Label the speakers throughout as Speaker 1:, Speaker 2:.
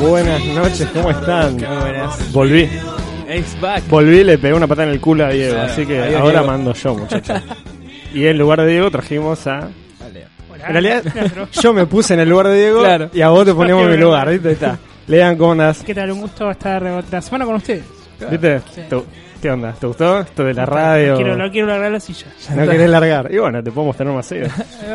Speaker 1: Buenas noches, ¿cómo están?
Speaker 2: Muy buenas.
Speaker 1: Volví,
Speaker 2: Ace back.
Speaker 1: volví y le pegué una pata en el culo a Diego,
Speaker 2: Claro.
Speaker 1: así que
Speaker 2: Adiós,
Speaker 1: ahora
Speaker 2: Diego.
Speaker 1: mando yo, muchachos. Y en lugar de Diego trajimos a... En realidad, yo me puse en el lugar de Diego
Speaker 2: Claro.
Speaker 1: y a vos te ponemos en mi
Speaker 3: Claro.
Speaker 1: lugar, ¿viste? Ahí está. Lean, ¿cómo andás?
Speaker 3: ¿Qué tal? Un gusto estar otra semana con ustedes.
Speaker 1: ¿Viste?
Speaker 3: Sí.
Speaker 1: ¿Te- ¿Qué onda? ¿Te gustó esto de la radio?
Speaker 3: No quiero, no quiero largar la silla.
Speaker 1: No querés largar. Y bueno, te podemos tener más seguido.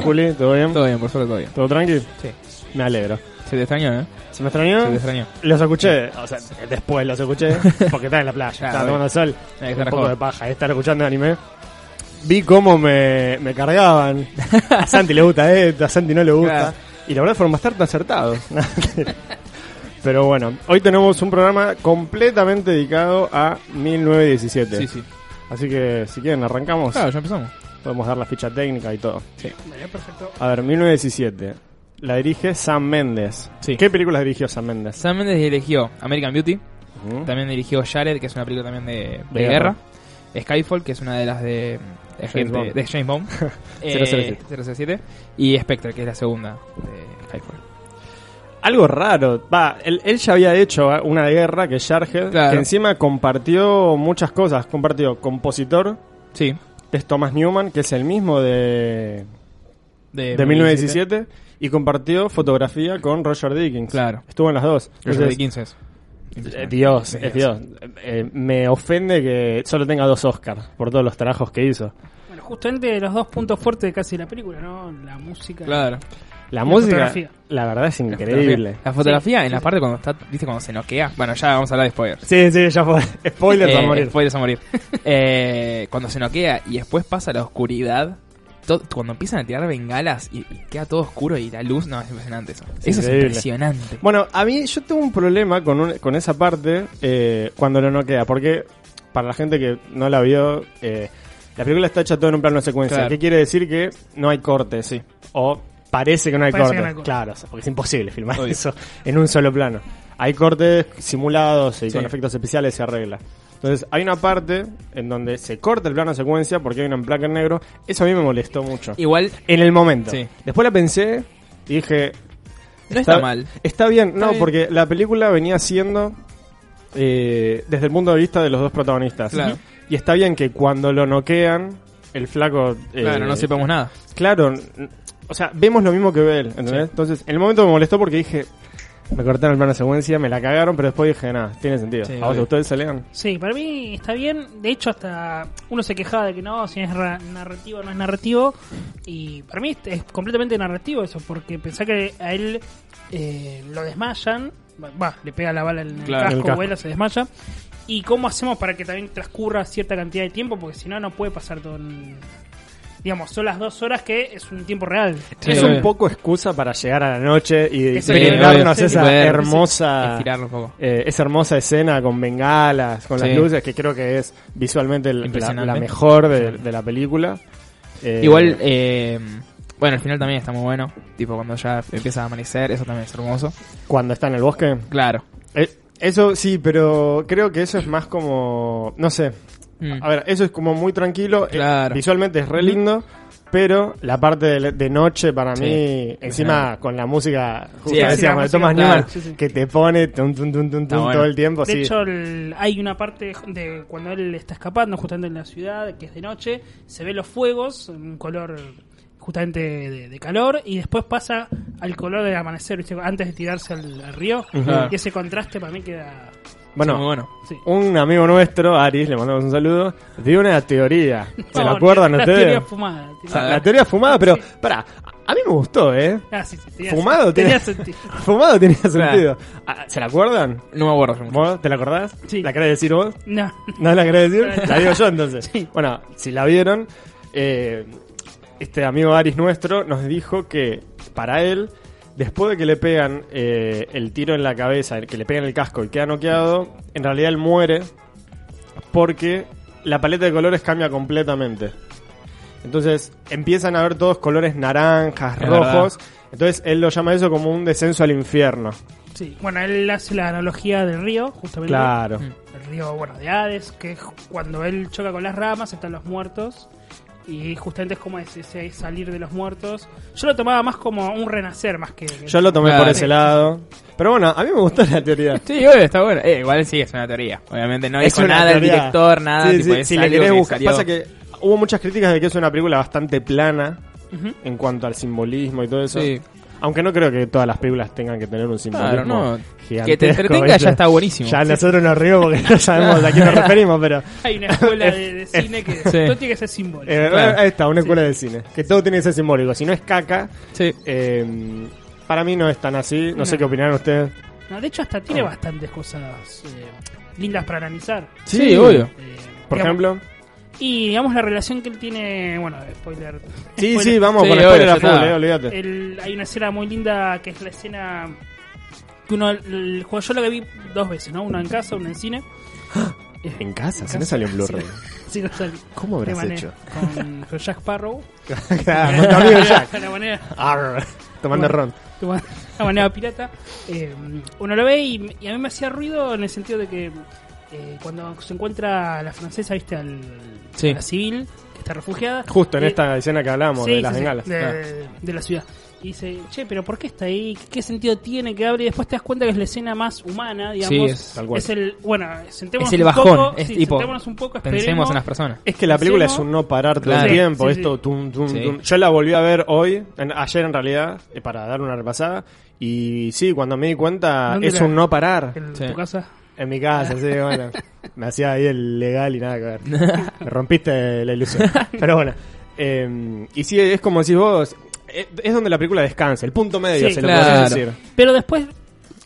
Speaker 1: Juli, ¿todo bien?
Speaker 2: Todo bien, por suerte todo bien.
Speaker 1: ¿Todo tranqui?
Speaker 2: Sí.
Speaker 1: Me alegro.
Speaker 2: Se te extrañó, ¿eh?
Speaker 1: ¿Se me extrañó?
Speaker 2: Se te extrañó.
Speaker 1: Los escuché, o sea, después los escuché, porque estaba en la playa,
Speaker 2: Claro,
Speaker 1: estaba tomando el sol,
Speaker 2: Ahí está
Speaker 1: un
Speaker 2: la
Speaker 1: poco
Speaker 2: joda.
Speaker 1: de paja, y estar escuchando anime. Vi cómo me, me cargaban. A Santi le gusta esto, a Santi no le gusta.
Speaker 2: Claro.
Speaker 1: Y la verdad fueron bastante acertados. Pero bueno, hoy tenemos un programa completamente dedicado a 1917.
Speaker 2: Sí, sí.
Speaker 1: Así que si quieren arrancamos,
Speaker 2: Claro, ya empezamos.
Speaker 1: podemos dar la ficha técnica y todo.
Speaker 3: Vale, perfecto.
Speaker 1: A ver, 1917. La dirige Sam Méndez.
Speaker 2: Sí.
Speaker 1: ¿Qué películas dirigió Sam Méndez?
Speaker 2: Sam Mendes dirigió American Beauty.
Speaker 1: Ujú.
Speaker 2: También dirigió Jared, que es una película también de, de
Speaker 1: Uh. De guerra.
Speaker 2: guerra. Skyfall, que es una de las de. de
Speaker 1: James
Speaker 2: gente-
Speaker 1: Bond.
Speaker 2: de James Bond. Eh, 007. Y Spectre, que es la segunda de Skyfall.
Speaker 1: Algo raro. Va, él, él ya había hecho ah, una de guerra que es Jarhead,
Speaker 2: Claro.
Speaker 1: que encima compartió muchas cosas. Compartió compositor,
Speaker 2: Sí.
Speaker 1: que es Thomas Newman, que es el mismo de,
Speaker 2: De,
Speaker 1: de 1917, y compartió fotografía con Roger Dickens.
Speaker 2: Claro.
Speaker 1: Estuvo en las dos.
Speaker 2: Roger
Speaker 1: Entonces,
Speaker 2: Dickens es.
Speaker 1: eh, Dios, es Dios. Eh, me ofende que solo tenga dos Oscars por todos los trabajos que hizo.
Speaker 3: Bueno, justamente los dos puntos fuertes de casi la película, ¿no? La música.
Speaker 2: Claro.
Speaker 1: La,
Speaker 3: La
Speaker 1: música,
Speaker 3: fotografía.
Speaker 1: la verdad es increíble.
Speaker 2: La fotografía
Speaker 3: Sí,
Speaker 2: en la
Speaker 3: sí,
Speaker 2: parte cuando está, viste, cuando se noquea. Bueno, ya vamos a hablar de spoilers.
Speaker 1: Sí, sí, ya fue. Spoilers a
Speaker 2: Eh,
Speaker 1: morir.
Speaker 2: spoilers a morir. Eh, cuando se noquea y después pasa la oscuridad. to- cuando empiezan a tirar bengalas y, y queda todo oscuro y la luz. No, es impresionante eso. eso es
Speaker 1: increíble.
Speaker 2: impresionante.
Speaker 1: Bueno, a mí yo tengo un problema con, un- con esa parte eh, cuando lo noquea, porque para la gente que no la vio, eh, la película está hecha todo en un plano de secuencia.
Speaker 2: Claro.
Speaker 1: ¿Qué quiere decir que no hay cortes?
Speaker 2: Sí.
Speaker 1: O parece que no hay
Speaker 3: Parece
Speaker 1: cortes.
Speaker 3: que no hay cortes.
Speaker 1: Claro, o sea, porque es imposible filmar
Speaker 2: Obvio.
Speaker 1: eso en un solo plano. Hay cortes simulados y
Speaker 2: Sí.
Speaker 1: con efectos especiales se arregla. Entonces, hay una parte en donde se corta el plano de secuencia porque hay una en blanco y negro. Eso a mí me molestó mucho.
Speaker 2: Igual
Speaker 1: En el momento.
Speaker 2: Sí.
Speaker 1: Después la pensé y dije,
Speaker 2: no está, mal.
Speaker 1: Está bien, no,
Speaker 2: bien.
Speaker 1: porque la película venía siendo eh, desde el punto de vista de los dos protagonistas.
Speaker 2: Claro.
Speaker 1: Y está bien que cuando lo noquean, el flaco. eh,
Speaker 2: Claro, no sepamos nada.
Speaker 1: Claro, n- o sea, vemos lo mismo que ve él, ¿entendés?
Speaker 2: Sí.
Speaker 1: Entonces, en el momento me molestó porque dije. Me cortaron el plano de secuencia, me la cagaron, pero después dije, nada, tiene sentido.
Speaker 2: Sí,
Speaker 1: ¿A vos
Speaker 2: obvio.
Speaker 1: ustedes se lean?
Speaker 3: Sí, para mí está bien. De hecho, hasta uno se quejaba de que no, si es ra- narrativo o no es narrativo. Y para mí es completamente narrativo eso, porque pensá que a él eh, lo desmayan. Va, le pega la bala en el
Speaker 2: Claro.
Speaker 1: En el
Speaker 3: casco,
Speaker 1: casco.
Speaker 3: vuela, se desmaya. ¿Y cómo hacemos para que también transcurra cierta cantidad de tiempo? Porque si no, no puede pasar todo en- Digamos, son las dos horas que es un tiempo real.
Speaker 2: Sí,
Speaker 1: es
Speaker 2: obvio.
Speaker 1: un poco excusa para llegar a la noche y
Speaker 3: Sí,
Speaker 1: brindarnos
Speaker 2: obvio.
Speaker 1: esa
Speaker 2: Y poder
Speaker 1: hermosa
Speaker 2: Estirarlo un poco.
Speaker 1: Eh, esa hermosa escena con bengalas, con
Speaker 2: Sí.
Speaker 1: las luces, que creo que es visualmente el- la,
Speaker 2: Impresionante.
Speaker 1: la mejor de, de la película. Eh,
Speaker 2: Igual, eh, bueno, el final también está muy bueno. Tipo, cuando ya empieza a amanecer, eso también es hermoso.
Speaker 1: Cuando está en el bosque.
Speaker 2: Claro.
Speaker 1: Eh, eso sí, pero creo que eso es más como... No sé.
Speaker 2: Mm.
Speaker 1: A ver, eso es como muy tranquilo. eh,
Speaker 2: Claro.
Speaker 1: visualmente es re lindo. Pero la parte de, de noche para
Speaker 2: Sí.
Speaker 1: mí, encima
Speaker 2: Impresionante.
Speaker 1: con la música, justo
Speaker 2: Sí,
Speaker 1: decíamos, de
Speaker 3: sí, la
Speaker 1: Thomas
Speaker 3: música,
Speaker 1: Newman,
Speaker 3: claro, sí, sí.
Speaker 1: que te pone tun, tun, tun, tun, tun,
Speaker 2: bueno.
Speaker 1: todo el tiempo.
Speaker 3: De
Speaker 1: sí.
Speaker 3: hecho, el- hay una parte de cuando él está escapando, justamente en la ciudad, que es de noche, se ve los fuegos, un color justamente de, de calor, y después pasa al color del amanecer, ¿viste? antes de tirarse al, al río.
Speaker 1: Ujú.
Speaker 3: Y ese contraste para mí queda.
Speaker 2: Sí, muy bueno.
Speaker 3: Sí.
Speaker 1: Un amigo nuestro, Aris, le mandamos un saludo, dio una teoría. ¿Se la
Speaker 3: No,
Speaker 1: acuerdan
Speaker 3: Oh, la
Speaker 1: ustedes?
Speaker 3: teoría fumada.
Speaker 1: O sea, la teoría fumada, pero pará, a mí me gustó, ¿eh?
Speaker 3: Ah, sí, sí, tenía-
Speaker 1: Fumado
Speaker 3: tenía
Speaker 1: tenía,
Speaker 3: sentido.
Speaker 1: fumado tenía sentido. Ah, ¿Se la acuerdan?
Speaker 2: No me acuerdo. yo mucho.
Speaker 1: ¿Vos? ¿Te la acordás?
Speaker 3: Sí.
Speaker 1: ¿La querés decir vos?
Speaker 3: No.
Speaker 1: ¿No la querés decir?
Speaker 3: Claro.
Speaker 1: La digo yo entonces.
Speaker 3: Sí.
Speaker 1: Bueno, si la vieron, eh, este amigo Aris nuestro nos dijo que para él, después de que le pegan eh, el tiro en la cabeza, que le pegan el casco y queda noqueado, en realidad él muere porque la paleta de colores cambia completamente. Entonces empiezan a ver todos colores naranjas,
Speaker 2: Es
Speaker 1: rojos. Entonces él lo llama eso como un descenso al infierno.
Speaker 3: Sí. Bueno, él hace la analogía del río, justamente.
Speaker 1: Claro.
Speaker 3: el río bueno de Hades, que es cuando él choca con las ramas, están los muertos. Y justamente es como ese, ese salir de los muertos. Yo lo tomaba más como un renacer, más que.
Speaker 1: Yo lo tomé
Speaker 2: Claro.
Speaker 1: por ese lado. Pero bueno, a mí me gustó la teoría.
Speaker 2: Sí, obvio, está bueno. Eh, igual sí, es una teoría. Obviamente no dijo nada el
Speaker 1: teoría.
Speaker 2: director, nada.
Speaker 1: Sí,
Speaker 2: tipo,
Speaker 1: sí,
Speaker 2: es
Speaker 1: si le
Speaker 2: algo
Speaker 1: querés
Speaker 2: que
Speaker 1: buscar.
Speaker 2: salió.
Speaker 1: Pasa que hubo muchas críticas de que es una película bastante plana
Speaker 3: Ujú.
Speaker 1: en cuanto al simbolismo y todo eso.
Speaker 2: Sí.
Speaker 1: Aunque no creo que todas las películas tengan que tener un simbolismo
Speaker 2: Claro, no.
Speaker 1: gigantesco.
Speaker 2: Que te entretenga
Speaker 1: ¿viste?
Speaker 2: ya está buenísimo.
Speaker 1: Ya nosotros nos ríos porque no sabemos a quién nos referimos, pero...
Speaker 3: Hay una escuela de, de cine que
Speaker 2: Sí.
Speaker 3: todo tiene que ser simbólico.
Speaker 1: eh,
Speaker 2: Claro.
Speaker 1: Ahí está, una escuela de cine. Que todo tiene que ser simbólico. Si no es caca,
Speaker 2: Sí.
Speaker 1: eh, para mí no es tan así. No, sé
Speaker 3: No.
Speaker 1: qué opinaron ustedes.
Speaker 3: No, de hecho, hasta
Speaker 1: oh.
Speaker 3: tiene bastantes cosas eh, lindas para analizar.
Speaker 2: Sí, obvio.
Speaker 3: Eh,
Speaker 1: Por
Speaker 3: digamos-
Speaker 1: ejemplo...
Speaker 3: Y digamos la relación que él tiene. Bueno, spoiler.
Speaker 1: Sí,
Speaker 3: spoiler.
Speaker 1: sí, vamos
Speaker 2: Sí,
Speaker 1: con spoiler
Speaker 2: obvio,
Speaker 1: a full,
Speaker 2: está.
Speaker 1: eh, olvídate.
Speaker 3: El- hay una escena muy linda que es la escena que uno el juego yo la que vi dos veces, ¿no? Una en casa, una en cine. Este,
Speaker 1: En casa, si
Speaker 3: casa.
Speaker 1: no salió en Blu-ray.
Speaker 3: Sí, no salí.
Speaker 1: ¿Cómo habrás
Speaker 3: De manera,
Speaker 1: hecho?
Speaker 3: Con, con Jack Sparrow.
Speaker 1: Claro, con tu amigo Jack.
Speaker 3: De la manera,
Speaker 1: Arr, tomando
Speaker 3: Bueno.
Speaker 1: ron.
Speaker 3: de la manera pirata. Eh, uno lo ve y, y a mí me hacía ruido en el sentido de que eh, cuando se encuentra la francesa, viste, al,
Speaker 2: Sí.
Speaker 3: a la civil que está refugiada.
Speaker 1: Justo en
Speaker 3: eh,
Speaker 1: esta escena que hablamos
Speaker 3: Sí,
Speaker 1: de las
Speaker 3: sí, sí,
Speaker 1: bengalas. Ah.
Speaker 3: de- de la ciudad. Y dice, che, pero ¿por qué está ahí? ¿Qué, qué sentido tiene que abre? Y después te das cuenta que es la escena más humana, digamos.
Speaker 2: Sí, es-
Speaker 1: Tal cual.
Speaker 3: es el, bueno,
Speaker 2: Es
Speaker 3: sentémonos
Speaker 2: el
Speaker 3: un
Speaker 2: bajón,
Speaker 3: poco,
Speaker 2: es
Speaker 3: sí,
Speaker 2: tipo,
Speaker 3: sentémonos un poco,
Speaker 2: Pensemos
Speaker 3: esperemos.
Speaker 2: en las personas.
Speaker 1: Es que la película es un no parar todo el
Speaker 2: Claro.
Speaker 1: tiempo.
Speaker 3: Sí, sí,
Speaker 1: esto,
Speaker 3: sí.
Speaker 1: tum, tum,
Speaker 2: Sí.
Speaker 1: tum. Yo la volví a ver hoy, en- ayer en realidad, eh, para dar una repasada. Y sí, cuando me di cuenta,
Speaker 3: ¿Dónde
Speaker 1: es
Speaker 3: la-
Speaker 1: un no parar.
Speaker 3: En
Speaker 2: Sí.
Speaker 3: tu casa.
Speaker 1: En mi casa, sí, bueno. Me hacía ahí el legal y nada que ver. Me rompiste la ilusión. Pero bueno. eh, y sí, es como decís vos, eh, es donde la película descansa, el punto medio,
Speaker 3: Sí,
Speaker 1: se lo
Speaker 2: claro.
Speaker 1: podés decir.
Speaker 3: Pero después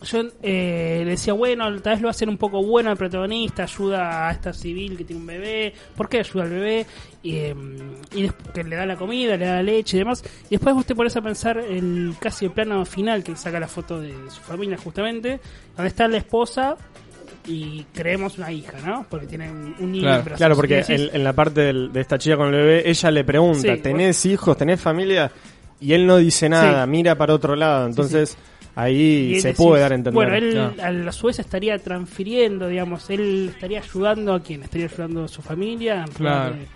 Speaker 3: yo eh, le decía, bueno, tal vez lo hacen un poco bueno al protagonista, ayuda a esta civil que tiene un bebé, ¿por qué ayuda al bebé? Y, eh, y des- que le da la comida, le da la leche y demás. Y después vos te pones a pensar el casi el plano final que saca la foto de su familia justamente, donde está la esposa y creemos una hija, ¿no? Porque tiene un un niño
Speaker 2: Claro,
Speaker 3: en brazos.
Speaker 1: Claro,
Speaker 3: Y
Speaker 1: porque
Speaker 3: decís,
Speaker 1: en, en la parte del- de esta chica con el bebé, ella le pregunta,
Speaker 3: Sí,
Speaker 1: ¿tenés hijos? ¿Tenés familia? Y él no dice nada, mira para otro lado. Entonces,
Speaker 3: Y
Speaker 1: ahí
Speaker 3: él
Speaker 1: se
Speaker 3: decís,
Speaker 1: puede dar a entender.
Speaker 3: Bueno, él
Speaker 2: Claro.
Speaker 3: a la- su vez estaría transfiriendo, digamos, él estaría ayudando a quien, estaría ayudando a su familia, en favor
Speaker 2: Claro.
Speaker 3: de,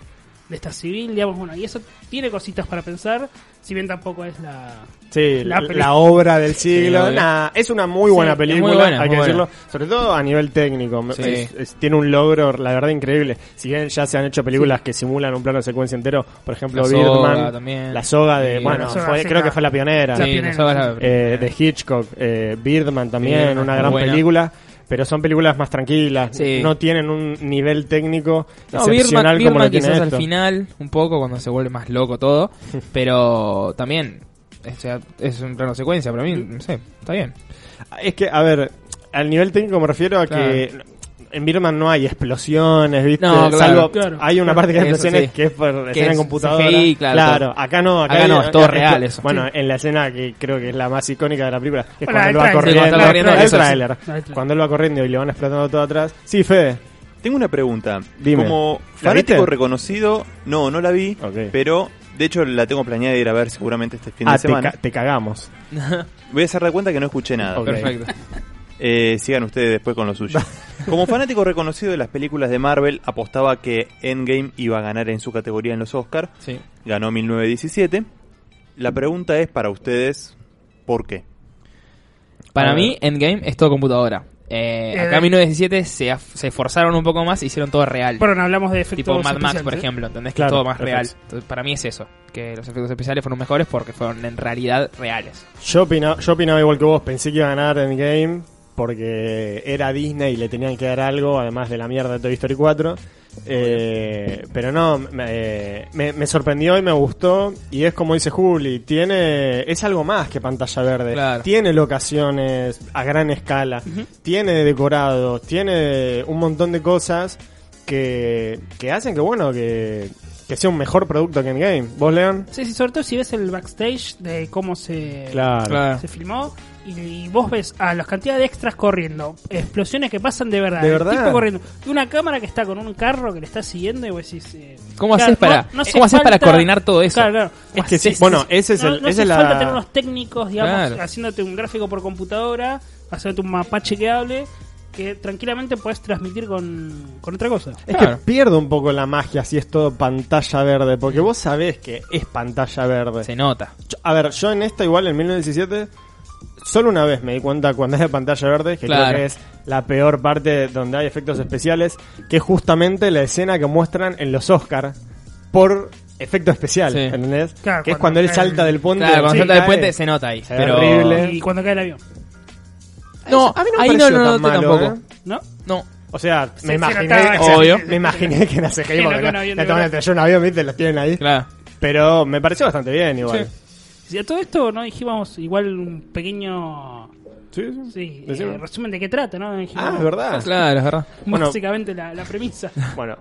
Speaker 3: de esta civil, digamos, bueno, y eso tiene cositas para pensar, si bien tampoco es la...
Speaker 1: Sí,
Speaker 3: la
Speaker 1: la,
Speaker 3: peli-
Speaker 1: la obra del siglo.
Speaker 2: obvio.
Speaker 1: Nah, es una muy buena
Speaker 3: Sí,
Speaker 1: película,
Speaker 2: muy buena,
Speaker 1: hay que
Speaker 2: muy
Speaker 1: decirlo. Sobre todo a nivel técnico.
Speaker 2: Sí.
Speaker 1: Es- es- tiene un logro, la verdad, increíble. Si bien ya se han hecho películas que simulan un plano de secuencia entero, por ejemplo,
Speaker 2: La soga
Speaker 1: Birdman,
Speaker 2: también.
Speaker 1: La Soga de.
Speaker 2: Sí.
Speaker 1: bueno,
Speaker 3: La soga,
Speaker 1: fue-
Speaker 3: sí,
Speaker 1: creo
Speaker 3: la-
Speaker 1: que fue la pionera.
Speaker 3: La
Speaker 2: Sí,
Speaker 3: pionera.
Speaker 2: nosotros la-
Speaker 1: eh, de Hitchcock, eh, Birdman también,
Speaker 2: Birdman,
Speaker 1: una gran
Speaker 2: buena.
Speaker 1: película. Pero son películas más tranquilas,
Speaker 2: Sí.
Speaker 1: no tienen un nivel técnico
Speaker 2: No,
Speaker 1: excepcional
Speaker 2: Birdman,
Speaker 1: como lo
Speaker 2: Birdman
Speaker 1: tiene
Speaker 2: quizás
Speaker 1: esto.
Speaker 2: al final, un poco, cuando se vuelve más loco todo. Pero también, o sea, es un plano secuencia para mí, no sé, está bien.
Speaker 1: Es que, a ver, al nivel técnico me refiero a
Speaker 2: Claro.
Speaker 1: que en Birman no hay explosiones, ¿viste?
Speaker 2: No, claro.
Speaker 1: Salvo,
Speaker 3: Claro.
Speaker 1: hay una parte que hay
Speaker 2: Eso
Speaker 1: explosiones
Speaker 2: sí.
Speaker 1: que es por escena en
Speaker 2: es
Speaker 1: computadora.
Speaker 2: CGI, claro, todo.
Speaker 1: acá no. Acá,
Speaker 2: Acá
Speaker 1: hay-
Speaker 2: no, es todo real eso.
Speaker 1: Bueno, en la escena que creo que es la más icónica de la película, que es
Speaker 3: Bueno,
Speaker 1: cuando él
Speaker 3: el
Speaker 1: va
Speaker 3: tráiler.
Speaker 1: corriendo.
Speaker 2: Sí, cuando está corriendo,
Speaker 1: el
Speaker 2: eso sí.
Speaker 1: tráiler.
Speaker 3: No, el tráiler.
Speaker 1: Cuando él va corriendo y le van explotando todo atrás. Sí, Fede.
Speaker 4: Tengo una pregunta.
Speaker 1: Dime.
Speaker 4: Como
Speaker 1: ¿La
Speaker 4: fanático
Speaker 1: viste?
Speaker 4: reconocido, no, no la vi,
Speaker 1: Ok.
Speaker 4: pero de hecho la tengo planeada ir a ver seguramente este fin
Speaker 1: Ah,
Speaker 4: de
Speaker 1: te,
Speaker 4: semana.
Speaker 1: ca- te cagamos.
Speaker 4: Voy a hacer de cuenta que no escuché nada.
Speaker 1: Ok.
Speaker 2: Perfecto.
Speaker 4: Eh, sigan ustedes después con lo suyo. Como fanático reconocido de las películas de Marvel, apostaba que Endgame iba a ganar en su categoría en los Oscars.
Speaker 2: Sí.
Speaker 4: Ganó 1917. La pregunta es para ustedes, ¿por qué?
Speaker 2: Para
Speaker 1: A ver.
Speaker 2: mí, Endgame es todo computadora. Eh,
Speaker 3: Eh,
Speaker 2: acá en 1917 se, af- se esforzaron un poco más, hicieron todo real.
Speaker 3: Bueno, hablamos de efectos
Speaker 2: tipo Mad Max,
Speaker 3: especiales,
Speaker 2: por
Speaker 3: ¿eh?
Speaker 2: ejemplo, ¿entendés?
Speaker 1: Claro,
Speaker 2: que es todo más real.
Speaker 1: perfecto.
Speaker 2: Entonces, para mí es eso, que los efectos especiales fueron mejores porque fueron en realidad reales.
Speaker 1: Yo opinaba, yo opinaba igual que vos, pensé que iba a ganar Endgame porque era Disney y le tenían que dar algo, además de la mierda de Toy Story 4. Eh, pero no, me, eh, me- me sorprendió y me gustó. Y es como dice Juli, tiene es algo más que pantalla verde.
Speaker 2: Claro.
Speaker 1: Tiene locaciones a gran escala, tiene decorados, tiene un montón de cosas que, que hacen que, bueno, que, que sea un mejor producto que Endgame. ¿Vos, Leon?
Speaker 3: Sí, sí, sobre todo si ves el backstage de cómo se,
Speaker 1: Ah.
Speaker 2: Claro.
Speaker 3: se filmó y, y vos ves a las cantidades de extras corriendo, explosiones que pasan de verdad,
Speaker 1: De
Speaker 3: el
Speaker 1: verdad.
Speaker 3: tipo corriendo, y una cámara que está con un carro que le está siguiendo y vos decís... eh,
Speaker 2: ¿Cómo
Speaker 3: claro,
Speaker 2: haces para,
Speaker 3: no- no hace
Speaker 2: ¿cómo haces para
Speaker 3: falta-
Speaker 2: coordinar todo eso?
Speaker 3: Claro, claro.
Speaker 1: Es que sí,
Speaker 2: Haces-
Speaker 1: bueno, ese es
Speaker 3: no,
Speaker 1: el.
Speaker 3: no
Speaker 1: esa
Speaker 3: hace
Speaker 1: es la...
Speaker 3: falta tener unos técnicos, digamos,
Speaker 2: Claro.
Speaker 3: haciéndote un gráfico por computadora, haciéndote un mapache que hable. que tranquilamente puedes transmitir con, con otra cosa.
Speaker 1: Es
Speaker 2: Claro.
Speaker 1: que pierde un poco la magia si es todo pantalla verde, porque vos sabés que es pantalla verde.
Speaker 2: Se nota.
Speaker 1: Yo- A ver, yo en esta igual en 1917 solo una vez me di cuenta cuando es de pantalla verde, que
Speaker 2: Claro.
Speaker 1: creo que es la peor parte donde hay efectos especiales, que es justamente la escena que muestran en los Oscar por efecto especial,
Speaker 2: Sí.
Speaker 1: ¿entendés?
Speaker 3: Claro,
Speaker 1: que es cuando
Speaker 3: cuando
Speaker 1: él
Speaker 3: cae
Speaker 1: salta
Speaker 3: el-
Speaker 1: del puente.
Speaker 2: Claro, cuando
Speaker 1: Sí,
Speaker 2: salta del
Speaker 1: cae.
Speaker 2: puente se nota ahí.
Speaker 1: Se ve
Speaker 2: pero...
Speaker 1: horrible.
Speaker 3: Y cuando cae el avión,
Speaker 2: No,
Speaker 1: A mí no me
Speaker 2: ahí no
Speaker 1: pareció
Speaker 2: lo
Speaker 1: tan
Speaker 2: noté
Speaker 1: malo,
Speaker 2: tampoco.
Speaker 1: ¿eh?
Speaker 3: ¿no?
Speaker 2: No.
Speaker 1: O sea,
Speaker 3: Se-
Speaker 1: me
Speaker 3: se
Speaker 1: imaginé,
Speaker 3: notaba-
Speaker 1: o sea,
Speaker 2: Obvio.
Speaker 1: me imaginé que no se caía
Speaker 3: Que no,
Speaker 1: porque
Speaker 3: que
Speaker 1: no-
Speaker 3: no había
Speaker 1: le
Speaker 3: ni
Speaker 1: toman
Speaker 3: una.
Speaker 1: atrás un avión, viste, los tienen ahí.
Speaker 2: Claro.
Speaker 1: Pero me pareció bastante bien igual.
Speaker 3: Si a todo esto no dijimos igual un pequeño
Speaker 1: Sí, sí.
Speaker 3: sí,
Speaker 1: Decime.
Speaker 3: eh, resumen de qué trata, ¿no? Dijimos
Speaker 1: Ah, es verdad.
Speaker 2: Claro, es verdad.
Speaker 1: Bueno.
Speaker 3: Básicamente la, la premisa.
Speaker 1: Bueno,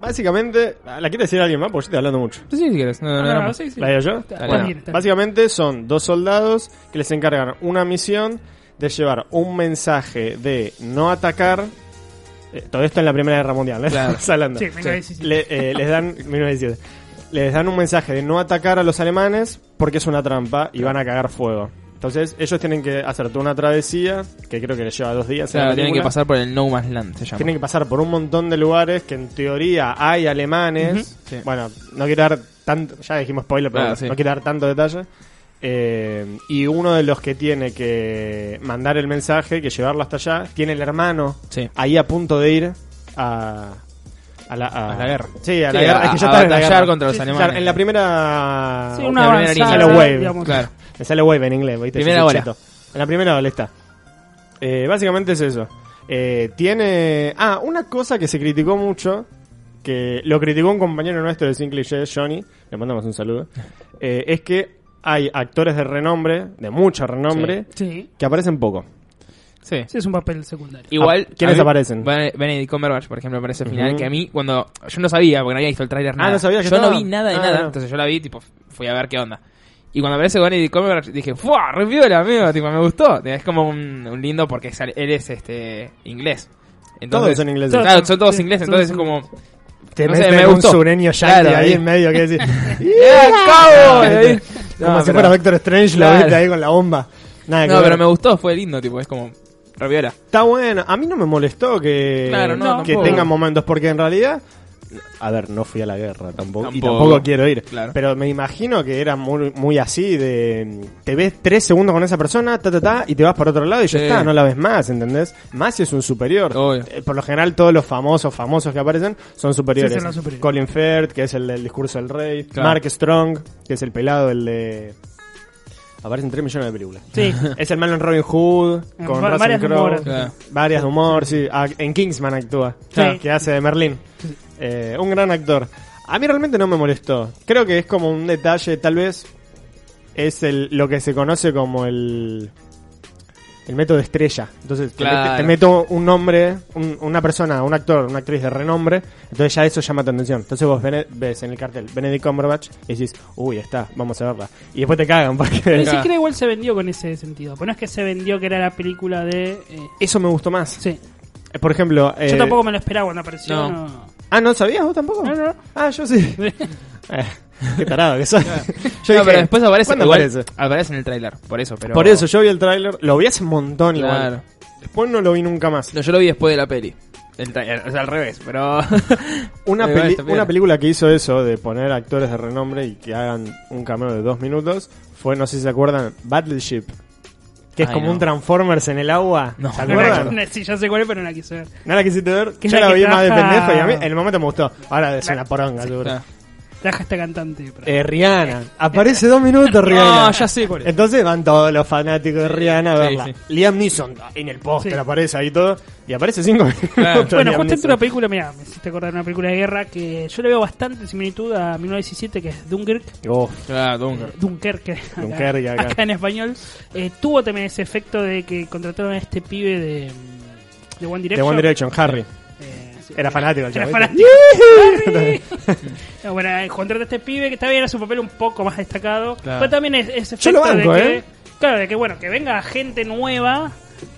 Speaker 1: básicamente, ¿la quiere decir alguien más? Porque yo estoy hablando mucho.
Speaker 2: Pues Sí, si quieres. No, no, no,
Speaker 3: Ah,
Speaker 2: no.
Speaker 3: sí, sí.
Speaker 1: ¿La digo yo?
Speaker 3: Está-
Speaker 2: Dale.
Speaker 1: Bueno,
Speaker 3: bien, está bien.
Speaker 1: básicamente son dos soldados que les encargan una misión de llevar un mensaje de no atacar. eh, todo esto en la Primera Guerra Mundial, ¿eh?
Speaker 2: Claro.
Speaker 1: Estamos hablando.
Speaker 3: Sí, 1917.
Speaker 1: Le- eh, les dan 1917. Les dan un mensaje de no atacar a los alemanes porque es una trampa y van a cagar fuego. Entonces ellos tienen que hacer toda una travesía que creo que les lleva dos días. en
Speaker 2: Claro,
Speaker 1: la
Speaker 2: tienen que
Speaker 1: película.
Speaker 2: pasar por el No Man's Land, se llama.
Speaker 1: Tienen que pasar por un montón de lugares que en teoría hay alemanes.
Speaker 2: Ujú, sí.
Speaker 1: Bueno, no quiero dar tanto, ya dijimos spoiler, pero
Speaker 2: Claro,
Speaker 1: bueno,
Speaker 2: sí.
Speaker 1: no quiero dar tanto detalle. Eh, y uno de los que tiene que mandar el mensaje, que llevarlo hasta allá, tiene el hermano
Speaker 2: Sí.
Speaker 1: ahí a punto de ir a, a la, a-
Speaker 2: A la guerra.
Speaker 1: Sí, a la
Speaker 2: Sí,
Speaker 1: guerra.
Speaker 2: a-
Speaker 1: es que ya
Speaker 2: a
Speaker 1: estaba en la
Speaker 2: batallar
Speaker 1: guerra.
Speaker 2: contra
Speaker 1: Sí,
Speaker 2: los
Speaker 1: sí,
Speaker 2: alemanes.
Speaker 1: claro, en la primera.
Speaker 3: Sí, una
Speaker 2: la primera
Speaker 3: avanzada,
Speaker 1: línea. Ah, Hello, Wave.
Speaker 3: digamos.
Speaker 2: Claro.
Speaker 1: Me sale wave en inglés, ¿viste?
Speaker 2: Primera
Speaker 1: Yo soy
Speaker 2: ola.
Speaker 1: cheto. En la primera ola está. Eh, básicamente es eso. Eh, tiene. Ah, una cosa que se criticó mucho. Que lo criticó un compañero nuestro de Sin Clichés, Johnny. Le mandamos un saludo. eh, es que hay actores de renombre, de mucho renombre,
Speaker 3: Sí.
Speaker 1: que aparecen poco.
Speaker 2: Sí. Ah,
Speaker 3: Sí, es un papel secundario.
Speaker 2: Igual.
Speaker 1: Ah, ¿quiénes
Speaker 2: a mí-
Speaker 1: aparecen?
Speaker 2: Bene- Benedict Cumberbatch, por ejemplo, aparece al final.
Speaker 1: Ujú.
Speaker 2: Que a mí, cuando. Yo no sabía, porque no había visto el tráiler
Speaker 1: Ah,
Speaker 2: nada.
Speaker 1: no sabía que
Speaker 2: Yo no
Speaker 1: estaba.
Speaker 2: vi nada de
Speaker 1: Ah,
Speaker 2: nada.
Speaker 1: no.
Speaker 2: Entonces yo la vi, tipo, fui a ver qué onda. Y cuando aparece Benedict Cumberbatch, dije, ¡Fua! ¡Re piola, amigo! Tipo, me gustó. Es como un, un lindo porque sale- él es este, inglés. Entonces,
Speaker 1: Todos son ingleses.
Speaker 3: Todos
Speaker 2: Claro,
Speaker 3: son-
Speaker 2: son todos
Speaker 3: sí,
Speaker 2: ingleses,
Speaker 3: son-
Speaker 2: entonces es como.
Speaker 1: Te
Speaker 2: no sé,
Speaker 1: meten
Speaker 2: me
Speaker 1: un
Speaker 2: gustó.
Speaker 1: sureño yankee
Speaker 2: Claro,
Speaker 1: ahí
Speaker 2: ahí.
Speaker 1: en medio que decís.
Speaker 2: ¡Eh, cabo! Y ahí- No,
Speaker 1: como si
Speaker 2: pero-
Speaker 1: fuera Vector Strange, lo
Speaker 2: Claro.
Speaker 1: viste ahí con la bomba. Nada que
Speaker 2: No,
Speaker 1: ver.
Speaker 2: pero me gustó, fue lindo, tipo, es como. Raviola.
Speaker 1: Está bueno. A mí no me molestó que,
Speaker 2: Claro, no,
Speaker 1: que
Speaker 2: tampoco.
Speaker 1: tengan momentos, porque en realidad. A ver, no fui a la guerra tampoco. Y
Speaker 2: Tampoco.
Speaker 1: tampoco quiero ir.
Speaker 2: Claro.
Speaker 1: Pero me imagino que era muy, muy así: de. Te ves tres segundos con esa persona, ta, ta, ta, y te vas para otro lado y ya
Speaker 2: Sí.
Speaker 1: está, no la ves más, ¿entendés? Más si es un superior.
Speaker 2: Obvio.
Speaker 1: Eh, Por lo general, todos los famosos, famosos que aparecen son superiores.
Speaker 3: Sí, son los superiores.
Speaker 1: Colin Firth, que es el del discurso del rey.
Speaker 2: Claro.
Speaker 1: Mark Strong, que es el pelado, el de. Aparecen 3 millones de películas.
Speaker 3: Sí.
Speaker 1: Es el malo en Robin Hood,
Speaker 3: En
Speaker 1: con
Speaker 3: va-
Speaker 1: Russell
Speaker 3: Mm, varias
Speaker 1: Crowe.
Speaker 3: humoras.
Speaker 2: Claro.
Speaker 1: Varias de humor, sí. Ah, En Kingsman actúa,
Speaker 3: Sí.
Speaker 1: que hace de Merlín. Eh, un gran actor. A mí realmente no me molestó. Creo que es como un detalle, tal vez es el, lo que se conoce como el, el método estrella. Entonces, te
Speaker 2: Claro.
Speaker 1: met- te, meto un nombre, un- una persona, un actor, una actriz de renombre, entonces ya eso llama tu atención. Entonces vos bene- ves en el cartel Benedict Cumberbatch y decís, uy, está, vamos a verla. Y después te cagan
Speaker 3: Pero
Speaker 1: porque...
Speaker 3: ni
Speaker 2: Claro.
Speaker 3: siquiera igual se vendió con ese sentido. Pues no es que se vendió que era la película de. eh,
Speaker 1: Eso me gustó más.
Speaker 3: sí.
Speaker 1: Eh, Por ejemplo...
Speaker 3: Yo
Speaker 1: eh,
Speaker 3: tampoco me lo esperaba cuando apareció.
Speaker 2: no.
Speaker 3: no.
Speaker 1: Ah, ¿no sabías vos tampoco?
Speaker 3: No, no.
Speaker 1: Ah, yo sí. Eh, Qué tarado que soy. Yo
Speaker 2: No,
Speaker 1: dije,
Speaker 2: pero después aparece,
Speaker 1: ¿cuándo
Speaker 2: igual-
Speaker 1: aparece?
Speaker 2: aparece en el tráiler, por eso, pero...
Speaker 1: Por eso, yo vi el tráiler, lo vi hace un montón
Speaker 2: Claro.
Speaker 1: igual. Después no lo vi nunca más.
Speaker 2: No, yo lo vi después de la peli. El tráiler, o sea, al revés, pero...
Speaker 1: Una,
Speaker 2: Pero igual
Speaker 1: peli-
Speaker 2: está piola.
Speaker 1: una película que hizo eso, de poner actores de renombre y que hagan un cameo de dos minutos, fue, no sé si se acuerdan, Battleship. Que es
Speaker 2: Ay,
Speaker 1: como
Speaker 2: no.
Speaker 1: un Transformers en el agua.
Speaker 2: No.
Speaker 1: ¿Se
Speaker 3: No la-
Speaker 1: acuerdan?
Speaker 3: sí, ya sé cuál es, pero no la quise ver.
Speaker 1: No la quisiste ver.
Speaker 3: Que es
Speaker 1: Yo
Speaker 3: la
Speaker 1: la
Speaker 3: que
Speaker 1: vi más de
Speaker 3: trabaja-
Speaker 1: pendejo y a mí en el momento me gustó. Ahora es una poronga, seguro.
Speaker 2: Claro.
Speaker 3: Traja esta cantante. pero-
Speaker 1: Eh, Rihanna. Aparece dos minutos Rihanna.
Speaker 2: No, ya sé cuál es.
Speaker 1: Entonces van todos los fanáticos de Rihanna a
Speaker 2: Sí,
Speaker 1: verla.
Speaker 2: sí.
Speaker 1: Liam Neeson en el póster
Speaker 3: Sí.
Speaker 1: aparece ahí todo. Y aparece cinco minutos.
Speaker 2: Claro.
Speaker 3: Bueno,
Speaker 1: Liam
Speaker 3: justo
Speaker 1: Neeson.
Speaker 3: entre una película, mira, me hiciste acordar de una película de guerra que yo le veo bastante similitud a 1917, que es Dunkirk.
Speaker 1: Uf,
Speaker 2: Claro, Dunker.
Speaker 3: Dunkerque. acá-
Speaker 1: Dunkerque, acá.
Speaker 3: en español. Eh, tuvo también ese efecto de que contrataron a este pibe de, de One
Speaker 1: de
Speaker 3: Direction.
Speaker 1: One Direction, Harry.
Speaker 3: Eh, sí.
Speaker 1: Era fanático el
Speaker 3: Era
Speaker 1: chavo,
Speaker 3: fanático.
Speaker 1: ¿viste?
Speaker 3: Harry. No, bueno, eh, contrataron a este pibe que también era su papel un poco más destacado.
Speaker 2: Claro.
Speaker 3: Pero también es, ese
Speaker 1: Yo
Speaker 3: efecto
Speaker 1: lo banco,
Speaker 3: de que.
Speaker 1: ¿eh?
Speaker 3: Claro, de que bueno, que venga gente nueva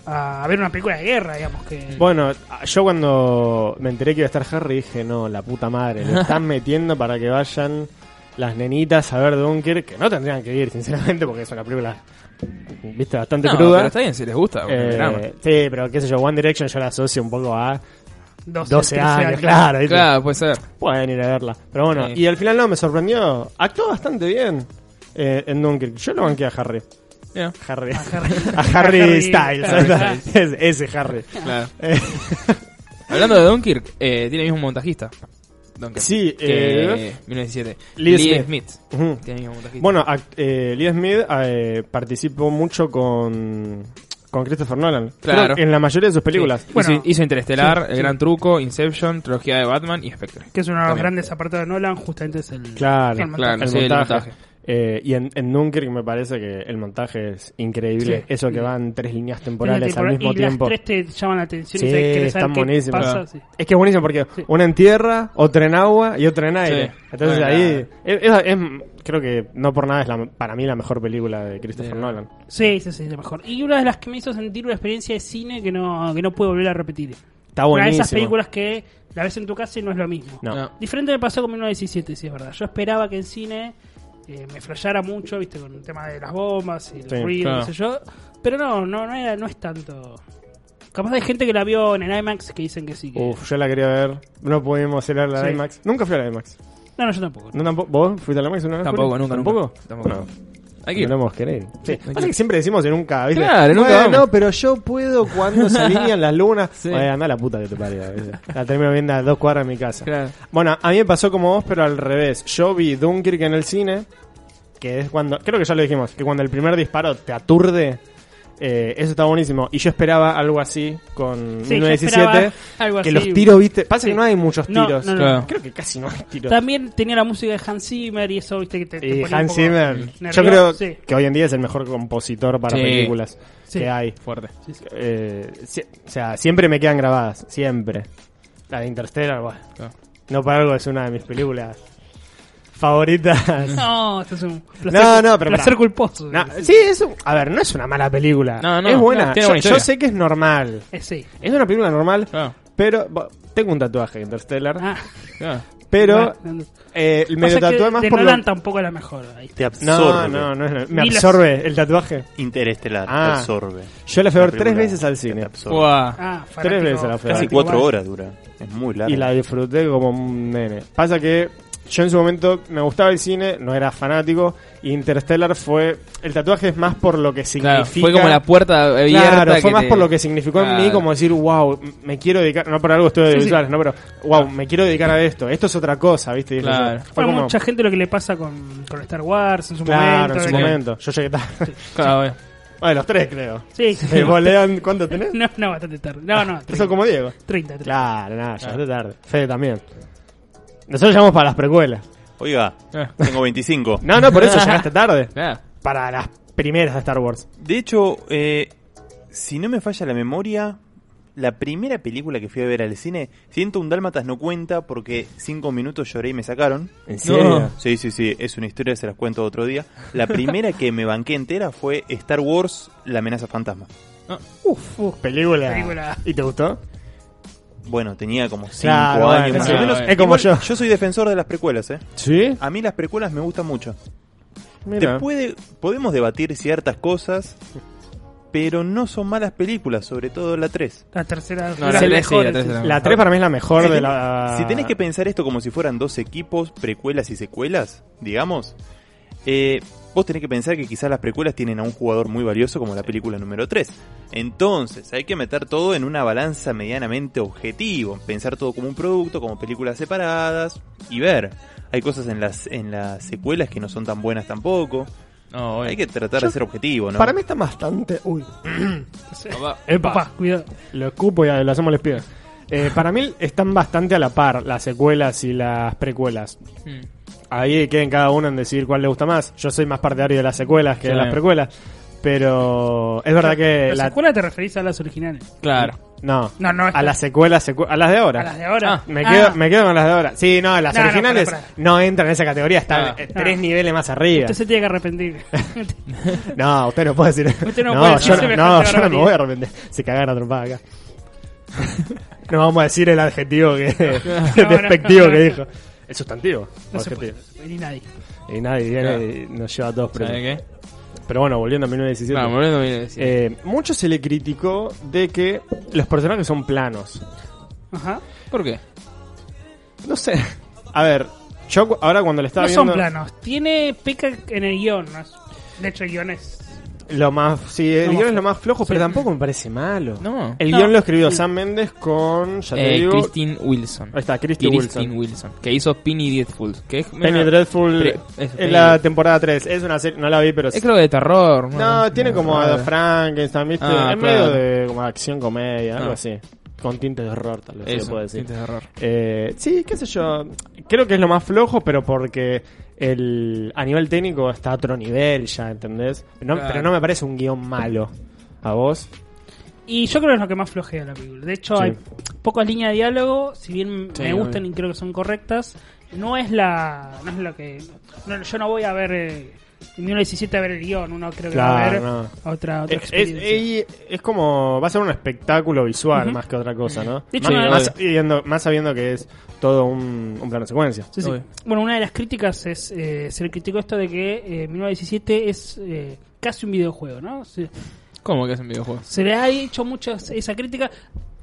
Speaker 3: a ver una película de guerra, digamos que.
Speaker 1: Bueno, yo cuando me enteré que iba a estar Harry dije, no, la puta madre, le están metiendo para que vayan las nenitas a ver Dunker, que no tendrían que ir, sinceramente, porque es una película viste, bastante
Speaker 2: No,
Speaker 1: cruda.
Speaker 2: pero está bien si les gusta. porque
Speaker 1: Eh,
Speaker 2: me drama.
Speaker 1: sí, pero qué sé yo, One Direction yo la asocio un poco a 12,
Speaker 3: 12,
Speaker 1: años,
Speaker 3: 13
Speaker 1: claro. ¿viste?
Speaker 2: Claro, puede ser.
Speaker 1: Pueden ir a verla. Pero bueno,
Speaker 2: Sí.
Speaker 1: y al final no, me sorprendió. Actuó bastante bien eh, en Dunkirk. Yo lo banqué a Harry.
Speaker 2: Ya,
Speaker 1: Harry.
Speaker 3: A Harry.
Speaker 1: A Harry,
Speaker 3: A Harry
Speaker 1: Styles.
Speaker 3: Styles.
Speaker 1: Ese- ese Harry.
Speaker 2: claro.
Speaker 1: Eh,
Speaker 2: Hablando de Dunkirk, eh, tiene el mismo montajista. Dunkirk.
Speaker 1: Sí,
Speaker 2: que
Speaker 1: eh,
Speaker 2: 1917.
Speaker 1: Lee
Speaker 2: Lee,
Speaker 1: Smith.
Speaker 2: Smith.
Speaker 1: ujú.
Speaker 2: Tiene el mismo montajista.
Speaker 1: Bueno, act- eh, Lee Smith eh, participó mucho con, con Christopher Nolan. Creo
Speaker 2: Claro.
Speaker 1: que en la mayoría de sus películas.
Speaker 2: Sí.
Speaker 3: Bueno.
Speaker 2: hizo, hizo Interestelar,
Speaker 3: Sí,
Speaker 2: El
Speaker 3: sí.
Speaker 2: Gran Truco, Inception, Trilogía de Batman y Spectre.
Speaker 3: Que es uno de los
Speaker 2: También.
Speaker 3: grandes apartados de Nolan, justamente es el.
Speaker 1: Claro,
Speaker 3: el
Speaker 2: claro,
Speaker 1: el
Speaker 2: sí, el
Speaker 1: montaje.
Speaker 2: montaje.
Speaker 1: Eh, y en, en Dunkirk me parece que el montaje es increíble.
Speaker 3: Sí.
Speaker 1: Eso que van tres líneas
Speaker 3: Tiene
Speaker 1: temporales
Speaker 3: temporada-
Speaker 1: al mismo
Speaker 3: y
Speaker 1: tiempo.
Speaker 3: las tres te llaman la atención
Speaker 1: Sí,
Speaker 3: y sabes- querés saber
Speaker 1: están
Speaker 3: qué
Speaker 1: buenísimas.
Speaker 3: pasa,
Speaker 2: Claro.
Speaker 3: sí.
Speaker 1: Es que es buenísimo porque
Speaker 3: Sí.
Speaker 1: una en tierra, otra en agua y otra en aire.
Speaker 2: Sí.
Speaker 1: Entonces
Speaker 2: Bueno,
Speaker 1: ahí. Es, es- es- creo que no por nada es la- para mí la mejor película de Christopher
Speaker 2: De-
Speaker 1: Nolan.
Speaker 3: Sí, sí, sí, lo mejor. Y una de las que me hizo sentir una experiencia de cine que no, que no puedo volver a repetir.
Speaker 1: Está
Speaker 3: Una de
Speaker 1: Ah, buenísimo.
Speaker 3: esas películas que la ves en tu casa y no es lo mismo.
Speaker 1: No.
Speaker 2: No.
Speaker 3: Diferente me pasó con 1917, sí, es verdad. Yo esperaba que en cine eh, me flasheara mucho, viste, con el tema de las bombas y el
Speaker 1: Sí,
Speaker 3: ruido,
Speaker 2: claro.
Speaker 3: no sé yo. Pero no, no, no, era, no es tanto. Capaz hay gente que la vio en el IMAX que dicen que sí. que-
Speaker 1: Uf, yo la quería ver. No pudimos ir a la
Speaker 3: Sí.
Speaker 1: IMAX. Nunca fui a la IMAX.
Speaker 3: No, no, yo tampoco.
Speaker 1: No, tampoco. ¿Vos fuiste a la IMAX una vez?
Speaker 2: Tampoco,
Speaker 1: Juli?
Speaker 2: nunca, nunca.
Speaker 1: ¿Tampoco?
Speaker 2: Tampoco. Aquí.
Speaker 1: No lo hemos querido. Sí.
Speaker 2: Aquí.
Speaker 1: Pasa que siempre decimos que nunca, ¿viste?
Speaker 2: Claro, nunca
Speaker 1: Bueno,
Speaker 2: vamos.
Speaker 1: pero yo puedo cuando se alinean las lunas.
Speaker 2: Sí.
Speaker 1: Oye, anda la puta que te parió. ¿viste? La termino viendo a dos cuadras de mi casa.
Speaker 2: Claro.
Speaker 1: Bueno, a mí me pasó como vos, pero al revés. Yo vi Dunkirk en el cine, que es cuando, creo que ya lo dijimos, que cuando el primer disparo te aturde, eh, eso está buenísimo. Y yo esperaba algo así con
Speaker 3: Sí, yo
Speaker 1: 1917,
Speaker 3: esperaba algo
Speaker 1: que
Speaker 3: así.
Speaker 1: los tiros, viste, pasa que
Speaker 3: Sí.
Speaker 1: no hay muchos
Speaker 3: No,
Speaker 1: tiros.
Speaker 3: no, no.
Speaker 2: Claro.
Speaker 1: Creo que casi no hay tiros.
Speaker 3: También tenía la música de Hans Zimmer y eso, viste, que te, te
Speaker 1: Y
Speaker 3: ponía un
Speaker 1: Hans
Speaker 3: poco
Speaker 1: Zimmer,
Speaker 3: nervioso,
Speaker 1: yo creo
Speaker 3: sí.
Speaker 1: que hoy en día es el mejor compositor para
Speaker 2: Sí.
Speaker 1: películas
Speaker 3: Sí.
Speaker 1: que hay.
Speaker 2: Fuerte.
Speaker 3: Sí, sí.
Speaker 1: Eh, si- o sea, siempre me quedan grabadas, siempre. La de Interstellar, bueno,
Speaker 3: Ah.
Speaker 2: Claro.
Speaker 1: no para algo es una de mis películas favoritas.
Speaker 3: No, esto es un placer,
Speaker 1: No, no, pero
Speaker 3: placer
Speaker 1: pará.
Speaker 3: culposo. Eh,
Speaker 1: No, sí, es un- a ver, no es una mala película.
Speaker 2: No, no,
Speaker 1: es buena.
Speaker 2: no,
Speaker 1: yo,
Speaker 2: tiene buena
Speaker 1: yo
Speaker 2: historia.
Speaker 1: sé que es normal.
Speaker 3: Eh, sí.
Speaker 1: Es una película normal,
Speaker 2: Claro.
Speaker 1: pero bo- tengo un tatuaje de Interstellar,
Speaker 3: Ah,
Speaker 2: Claro.
Speaker 1: pero
Speaker 3: bueno,
Speaker 1: eh, me
Speaker 3: pasa
Speaker 1: lo
Speaker 3: que
Speaker 1: tatué más
Speaker 3: de
Speaker 1: por lo...
Speaker 3: Nolan tampoco es la mejor. ahí está.
Speaker 4: Te absorbe.
Speaker 1: No, no, no, es- me
Speaker 3: Ni las-
Speaker 1: absorbe el tatuaje.
Speaker 4: Interestelar, te
Speaker 1: Ah.
Speaker 4: absorbe.
Speaker 1: Yo la fui a ver
Speaker 4: Una
Speaker 1: tres
Speaker 4: película
Speaker 1: veces al
Speaker 4: que te
Speaker 1: cine.
Speaker 4: absorbe.
Speaker 2: Buah.
Speaker 3: Ah,
Speaker 1: Tres veces la fui a
Speaker 4: Casi
Speaker 1: ver.
Speaker 3: fanático
Speaker 4: cuatro
Speaker 3: mal.
Speaker 4: horas dura. Es muy larga.
Speaker 1: Y la disfruté como un nene. Pasa que yo en su momento me gustaba el cine, no era fanático. y Interstellar fue. El tatuaje es más por lo que significa.
Speaker 2: Claro, fue como la puerta abierta.
Speaker 1: Claro, fue
Speaker 2: que
Speaker 1: más
Speaker 2: te-
Speaker 1: por lo que significó en mí,
Speaker 2: Claro.
Speaker 1: como decir, wow, me quiero dedicar. No por algo estoy de
Speaker 3: Sí, sí.
Speaker 1: visuales, no, pero wow, me quiero dedicar a esto. Esto es otra cosa, ¿viste? Y es
Speaker 2: Claro.
Speaker 1: eso. Fue
Speaker 3: Fue
Speaker 1: como.
Speaker 3: mucha gente lo que le pasa con, con Star Wars en su
Speaker 1: Claro,
Speaker 3: momento.
Speaker 1: en su
Speaker 3: de que-
Speaker 1: momento. Yo llegué tarde.
Speaker 2: Claro, bueno.
Speaker 1: Bueno, los tres, creo.
Speaker 3: Sí, sí.
Speaker 1: Eh, vos, Lean, ¿Cuánto tenés?
Speaker 3: No, no, bastante tarde. No, no, 30.
Speaker 1: Eso como Diego.
Speaker 3: 30, 30.
Speaker 1: Claro, nada, ya es tarde. Fede también. Nosotros llamamos para las precuelas.
Speaker 4: Oiga,
Speaker 2: Ah.
Speaker 4: tengo 25.
Speaker 1: No, no, por eso llegaste tarde.
Speaker 2: Claro.
Speaker 1: Para las primeras de Star Wars.
Speaker 4: De hecho, eh, si no me falla la memoria, la primera película que fui a ver al cine, siento un Dálmatas no cuenta porque cinco minutos lloré y me sacaron.
Speaker 1: ¿En
Speaker 2: serio?
Speaker 4: Sí, sí, sí, es una historia, se las cuento otro día. La primera que me banqué entera fue Star Wars, La amenaza fantasma.
Speaker 1: Uf, uf, película.
Speaker 3: Película.
Speaker 1: ¿Y te gustó?
Speaker 4: Bueno, tenía como cinco
Speaker 1: Claro,
Speaker 4: años
Speaker 1: bueno,
Speaker 4: más
Speaker 2: sí.
Speaker 4: o menos.
Speaker 1: Es como
Speaker 4: Igual,
Speaker 1: yo.
Speaker 4: Yo soy defensor de las precuelas, ¿eh?
Speaker 1: Sí.
Speaker 4: A mí las precuelas me gustan mucho.
Speaker 1: Mira.
Speaker 4: Te puede- podemos debatir ciertas cosas, pero no son malas películas, sobre todo la 3.
Speaker 3: La tercera.
Speaker 2: No,
Speaker 3: de
Speaker 2: la
Speaker 3: las
Speaker 2: tres,
Speaker 3: mejores,
Speaker 2: sí, la tres
Speaker 3: sí,
Speaker 2: era-
Speaker 1: La 3 para mí es la mejor
Speaker 4: Si
Speaker 1: de
Speaker 4: tenés-
Speaker 1: la.
Speaker 4: Si tenés que pensar esto como si fueran dos equipos, precuelas y secuelas, digamos, eh, vos tenés que pensar que quizás las precuelas tienen a un jugador muy valioso como la película número 3. Entonces, hay que meter todo en una balanza medianamente objetivo, pensar todo como un producto, como películas separadas y ver. Hay cosas en las, en las secuelas que no son tan buenas tampoco.
Speaker 2: No,
Speaker 4: Hay
Speaker 2: bueno.
Speaker 4: que tratar
Speaker 1: Yo-
Speaker 4: de ser objetivo, ¿no?
Speaker 1: Para mí está bastante. Uy.
Speaker 3: sí. Sí.
Speaker 2: Papá.
Speaker 1: Epa.
Speaker 3: Papá, cuidado.
Speaker 1: Lo escupo y lo hacemos les pies. Eh, para mí están bastante a la par las secuelas y las precuelas.
Speaker 2: Mm.
Speaker 1: Ahí queden cada uno en decidir cuál le gusta más. Yo soy más partidario de las secuelas que de
Speaker 2: Sí.
Speaker 1: las precuelas. Pero es verdad que.
Speaker 3: ¿La,
Speaker 1: la-
Speaker 3: secuela te referís a las originales?
Speaker 2: Claro.
Speaker 1: No.
Speaker 3: No, no,
Speaker 1: A
Speaker 3: esta-
Speaker 1: las secuelas, secu- a las de ahora.
Speaker 3: A las de ahora.
Speaker 2: Ah,
Speaker 1: Me
Speaker 3: Ah,
Speaker 1: quedo, me quedo con las de ahora. Sí, no, las
Speaker 3: No, no,
Speaker 1: originales no,
Speaker 3: pará, pará.
Speaker 1: entran en esa categoría, están
Speaker 2: Ah.
Speaker 1: eh, tres niveles más arriba.
Speaker 3: Usted se tiene que arrepentir.
Speaker 1: No, usted no puede decir.
Speaker 3: Usted no
Speaker 1: no,
Speaker 3: puede
Speaker 1: yo,
Speaker 3: decir
Speaker 1: no,
Speaker 3: semejante
Speaker 1: no, yo no me
Speaker 3: barbaridad.
Speaker 1: voy a arrepentir. Se cagaron a trompada acá. No vamos a decir el adjetivo que,
Speaker 3: no,
Speaker 1: despectivo
Speaker 3: no.
Speaker 1: que dijo. El sustantivo.
Speaker 3: No se
Speaker 1: adjetivo.
Speaker 3: puede. Ni nadie.
Speaker 1: Y nadie viene
Speaker 2: Claro.
Speaker 1: y nos lleva a todos presos.
Speaker 2: ¿Sabes qué?
Speaker 1: Pero bueno, volviendo a 1917.
Speaker 2: No, me olvidé, me olvidé decir.
Speaker 1: eh, mucho se le criticó de que los personajes son planos.
Speaker 3: Ajá.
Speaker 2: ¿Por qué?
Speaker 1: No sé. A ver, yo cu- ahora cuando le estaba
Speaker 3: No
Speaker 1: viendo.
Speaker 3: son planos. Tiene peca en el guión. ¿no? De hecho, el guión es.
Speaker 1: Lo más, sí, el
Speaker 3: Lo más
Speaker 1: guión es lo
Speaker 3: flojo.
Speaker 1: más flojo, pero
Speaker 3: Sí.
Speaker 1: tampoco me parece malo.
Speaker 2: No.
Speaker 1: El
Speaker 3: No.
Speaker 1: guión lo escribió Sam Méndez con, ya te
Speaker 2: Eh,
Speaker 1: digo,
Speaker 2: Christine Wilson.
Speaker 1: ahí está, Christine
Speaker 2: Christine
Speaker 1: Wilson.
Speaker 2: Wilson. Que hizo Penny Dreadful. Que es,
Speaker 1: Penny
Speaker 2: mira,
Speaker 1: Dreadful
Speaker 2: Pre- eso,
Speaker 1: en
Speaker 2: Penny
Speaker 1: la
Speaker 2: Dreadful.
Speaker 1: temporada 3. Es una serie, no la vi, pero
Speaker 2: Es creo que de terror.
Speaker 1: No, tiene como a
Speaker 2: rara.
Speaker 1: Frankenstein, ¿viste?
Speaker 2: Ah,
Speaker 1: en medio
Speaker 2: claro.
Speaker 1: de como acción comedia, algo
Speaker 2: Ah.
Speaker 1: así. Con tintes de horror, tal vez se
Speaker 2: Eso,
Speaker 1: puede decir.
Speaker 2: tintes de horror.
Speaker 1: Eh, sí, qué sé yo. Creo que es lo más flojo, pero porque el a nivel técnico está a otro nivel ya, ¿entendés? No-
Speaker 2: Claro.
Speaker 1: Pero no me parece un guión malo. ¿A vos?
Speaker 3: Y yo creo que es lo que más flojea la película. De hecho,
Speaker 1: Sí.
Speaker 3: hay pocas líneas de diálogo. Si bien
Speaker 1: Sí,
Speaker 3: me
Speaker 1: obvio.
Speaker 3: gustan y creo que son correctas, no es la. No es lo que. no, yo no voy a ver. Eh, en 1917 a ver el guión. Uno creo que va a ver
Speaker 1: Claro,
Speaker 3: otra, otra
Speaker 1: Eh, Es,
Speaker 3: experiencia.
Speaker 1: eh, es como. Va a ser un espectáculo visual más que otra cosa, ¿no?
Speaker 3: De hecho,
Speaker 1: más,
Speaker 3: una-
Speaker 1: más sabiendo, más sabiendo que es todo un, un plano de secuencia.
Speaker 3: Sí, sí.
Speaker 2: Obvio.
Speaker 3: Bueno, una de las críticas es, eh, se le criticó esto de que eh, 1917 es eh, casi un videojuego, ¿no? Se,
Speaker 2: ¿Cómo que es un videojuego?
Speaker 3: se le ha hecho mucha esa crítica.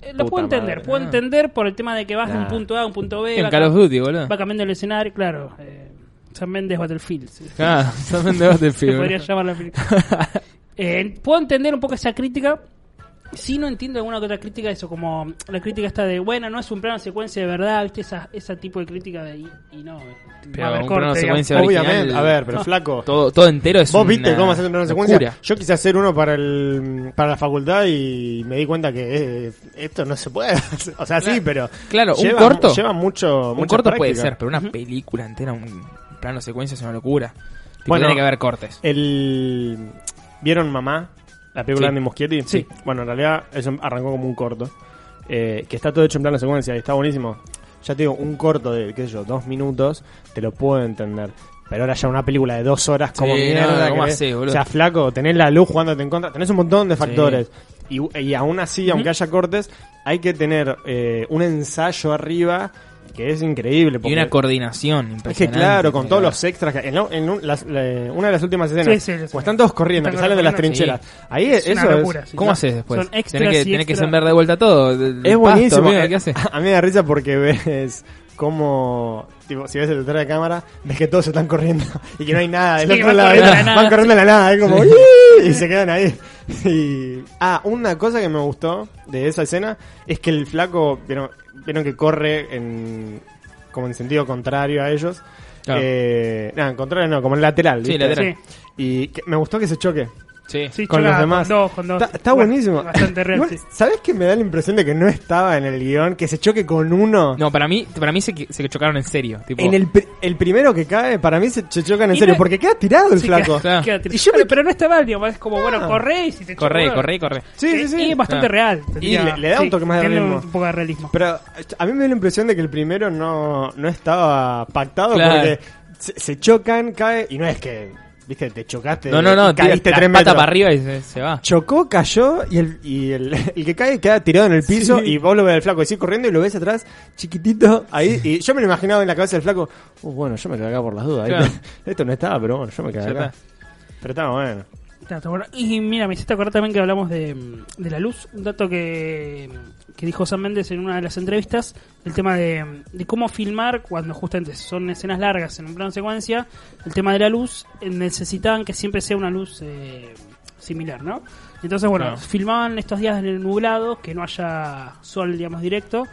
Speaker 3: Eh, lo
Speaker 1: Puta
Speaker 3: puedo entender,
Speaker 1: madre.
Speaker 3: puedo
Speaker 2: Ah.
Speaker 3: entender por el tema de que vas de un
Speaker 1: Nah.
Speaker 3: punto A a un punto B,
Speaker 2: En
Speaker 3: va,
Speaker 2: Call of Duty, boludo.
Speaker 3: va cambiando el escenario, claro. Eh, San Méndez Battlefield. se-
Speaker 2: Ah, también de
Speaker 3: se podría
Speaker 2: Battlefield.
Speaker 3: llamar la película. Eh, puedo entender un poco esa crítica. Sí, no entiendo alguna que otra crítica, eso como la crítica está de, bueno, no es un plano de secuencia de verdad, ¿viste? Esa, esa tipo de crítica de, y, y no. eh,
Speaker 2: Pero
Speaker 3: va a haber
Speaker 2: un plano de
Speaker 3: corte,
Speaker 2: secuencia
Speaker 3: digamos.
Speaker 2: original.
Speaker 1: Obviamente, a ver,
Speaker 3: Ah.
Speaker 1: pero flaco.
Speaker 2: Todo, todo entero es
Speaker 1: Vos viste
Speaker 2: una
Speaker 1: cómo hacer una
Speaker 2: locura.
Speaker 1: secuencia. Yo quise hacer uno para el para la facultad y me di cuenta que eh, esto no se puede. hacer. O sea, sí, pero
Speaker 2: Claro, un
Speaker 1: lleva-
Speaker 2: corto.
Speaker 1: lleva mucho
Speaker 2: Un
Speaker 1: mucha
Speaker 2: corto puede
Speaker 1: práctica.
Speaker 2: ser, pero una película entera, un plano secuencia es una locura. Tipo,
Speaker 1: Bueno.
Speaker 2: tiene que haber cortes.
Speaker 1: El ¿Vieron Mamá? La película
Speaker 2: Sí.
Speaker 1: de Andy Muschietti.
Speaker 2: Sí.
Speaker 1: Bueno, en realidad eso arrancó como un corto. eh, que está todo hecho en plano secuencia y está buenísimo. Ya te digo, un corto de, qué sé yo, dos minutos, te lo puedo entender. Pero ahora ya una película de dos horas como
Speaker 2: Sí,
Speaker 1: mierda.
Speaker 2: no, ¿cómo
Speaker 1: que-
Speaker 2: hacés, boludo?
Speaker 1: o sea, flaco, tenés la luz jugándote en contra, tenés un montón de factores. Y, y aún así, aunque haya cortes, hay que tener eh, un ensayo arriba que es increíble.
Speaker 2: Y
Speaker 1: porque-
Speaker 2: una coordinación
Speaker 1: es
Speaker 2: impresionante.
Speaker 1: que claro, con
Speaker 2: tiene
Speaker 1: todos
Speaker 2: que
Speaker 1: los extras. que- en, en un- las- la- una de las últimas escenas.
Speaker 3: Sí, sí, sí.
Speaker 1: pues están todos corriendo, que
Speaker 3: Están
Speaker 1: salen de las
Speaker 3: corriendo,
Speaker 1: trincheras. Ahí
Speaker 3: Es una
Speaker 1: eso es.
Speaker 3: locura,
Speaker 2: haber.
Speaker 3: sí.
Speaker 2: ¿Cómo
Speaker 3: No,
Speaker 2: haces después?
Speaker 3: Son extras
Speaker 2: Tenés que,
Speaker 3: y
Speaker 2: tenés que
Speaker 3: extras.
Speaker 2: sembrar de vuelta todo. el- el
Speaker 1: Es
Speaker 2: pasto,
Speaker 1: buenísimo.
Speaker 2: mira,
Speaker 1: eh,
Speaker 2: ¿Qué haces?
Speaker 1: A mí me da risa porque ves como. Tipo, si ves el detrás de cámara, ves que todos se están corriendo y que no hay nada. Del
Speaker 3: Sí,
Speaker 1: otro
Speaker 3: van
Speaker 1: lado,
Speaker 3: corriendo
Speaker 1: ¿eh?
Speaker 3: a la
Speaker 1: van
Speaker 3: nada,
Speaker 1: corriendo a la nada. es como. "Uy", Y se quedan ahí. Y- ah, una cosa que me gustó de esa escena es que el flaco. Vieron, vieron que corre en. Como en sentido contrario a ellos.
Speaker 2: Claro.
Speaker 1: Eh, nada, en contrario no, como en lateral.
Speaker 2: Sí,
Speaker 1: ¿viste?
Speaker 2: lateral.
Speaker 1: Y que- me gustó que se choque
Speaker 2: Sí.
Speaker 3: Sí,
Speaker 1: con
Speaker 3: chola,
Speaker 1: los demás.
Speaker 3: Con dos, con dos.
Speaker 1: Está, está
Speaker 3: Bueno,
Speaker 1: buenísimo.
Speaker 3: Bastante real,
Speaker 1: Igual,
Speaker 3: sí.
Speaker 1: ¿Sabés que me da la impresión de que no estaba en el guión? Que se choque con uno.
Speaker 2: No, para mí, para mí se, que- se que chocaron en serio. Tipo,
Speaker 1: En el, pri- el primero que cae, para mí se ch- chocan en
Speaker 3: Y
Speaker 1: serio,
Speaker 3: no-
Speaker 1: porque queda tirado el
Speaker 3: Sí,
Speaker 1: flaco.
Speaker 2: queda-
Speaker 3: queda- queda
Speaker 1: Y
Speaker 3: triste.
Speaker 1: yo me-
Speaker 3: Pero- Pero no está mal, digamos, es como, bueno,
Speaker 1: Ah.
Speaker 3: corre y si te
Speaker 2: corre,
Speaker 3: choca,
Speaker 2: corre, corre.
Speaker 1: Sí, sí,
Speaker 3: Eh,
Speaker 1: sí.
Speaker 3: Y es bastante
Speaker 2: Ah.
Speaker 3: real.
Speaker 1: Y le- le da un toque más de
Speaker 3: tiene
Speaker 1: realismo.
Speaker 3: un poco de realismo.
Speaker 1: Pero eh, a mí me da la impresión de que el primero no, no estaba pactado
Speaker 2: Claro.
Speaker 1: porque se, se chocan, cae, y no es que, viste, te chocaste.
Speaker 2: No, no,
Speaker 1: y
Speaker 2: no.
Speaker 1: caíste
Speaker 2: tira
Speaker 1: tres
Speaker 2: la pata
Speaker 1: metros.
Speaker 2: para arriba y se, se va.
Speaker 1: Chocó, cayó y el, y el, el que cae queda tirado en el piso y vos lo ves al flaco y sigue corriendo y lo ves atrás, chiquitito, ahí, y yo me lo imaginaba en la cabeza del flaco, "Uh, bueno, yo me quedé acá por las dudas, ¿eh?
Speaker 2: Claro.
Speaker 1: esto no estaba, pero bueno, yo me quedé
Speaker 2: Ya
Speaker 1: acá.
Speaker 2: está.
Speaker 1: Pero estaba bueno.
Speaker 3: Está, está bueno. Y mira, me hiciste acordar también que hablamos de, mm, de la luz. Un dato que, que dijo Sam Méndez en una de las entrevistas: el tema de, mm, de cómo filmar cuando justamente son escenas largas en un plano secuencia. El tema de la luz, eh, necesitaban que siempre sea una luz eh, similar, ¿no? Entonces, bueno,
Speaker 2: Claro.
Speaker 3: filmaban estos días en el nublado, que no haya sol, digamos, directo.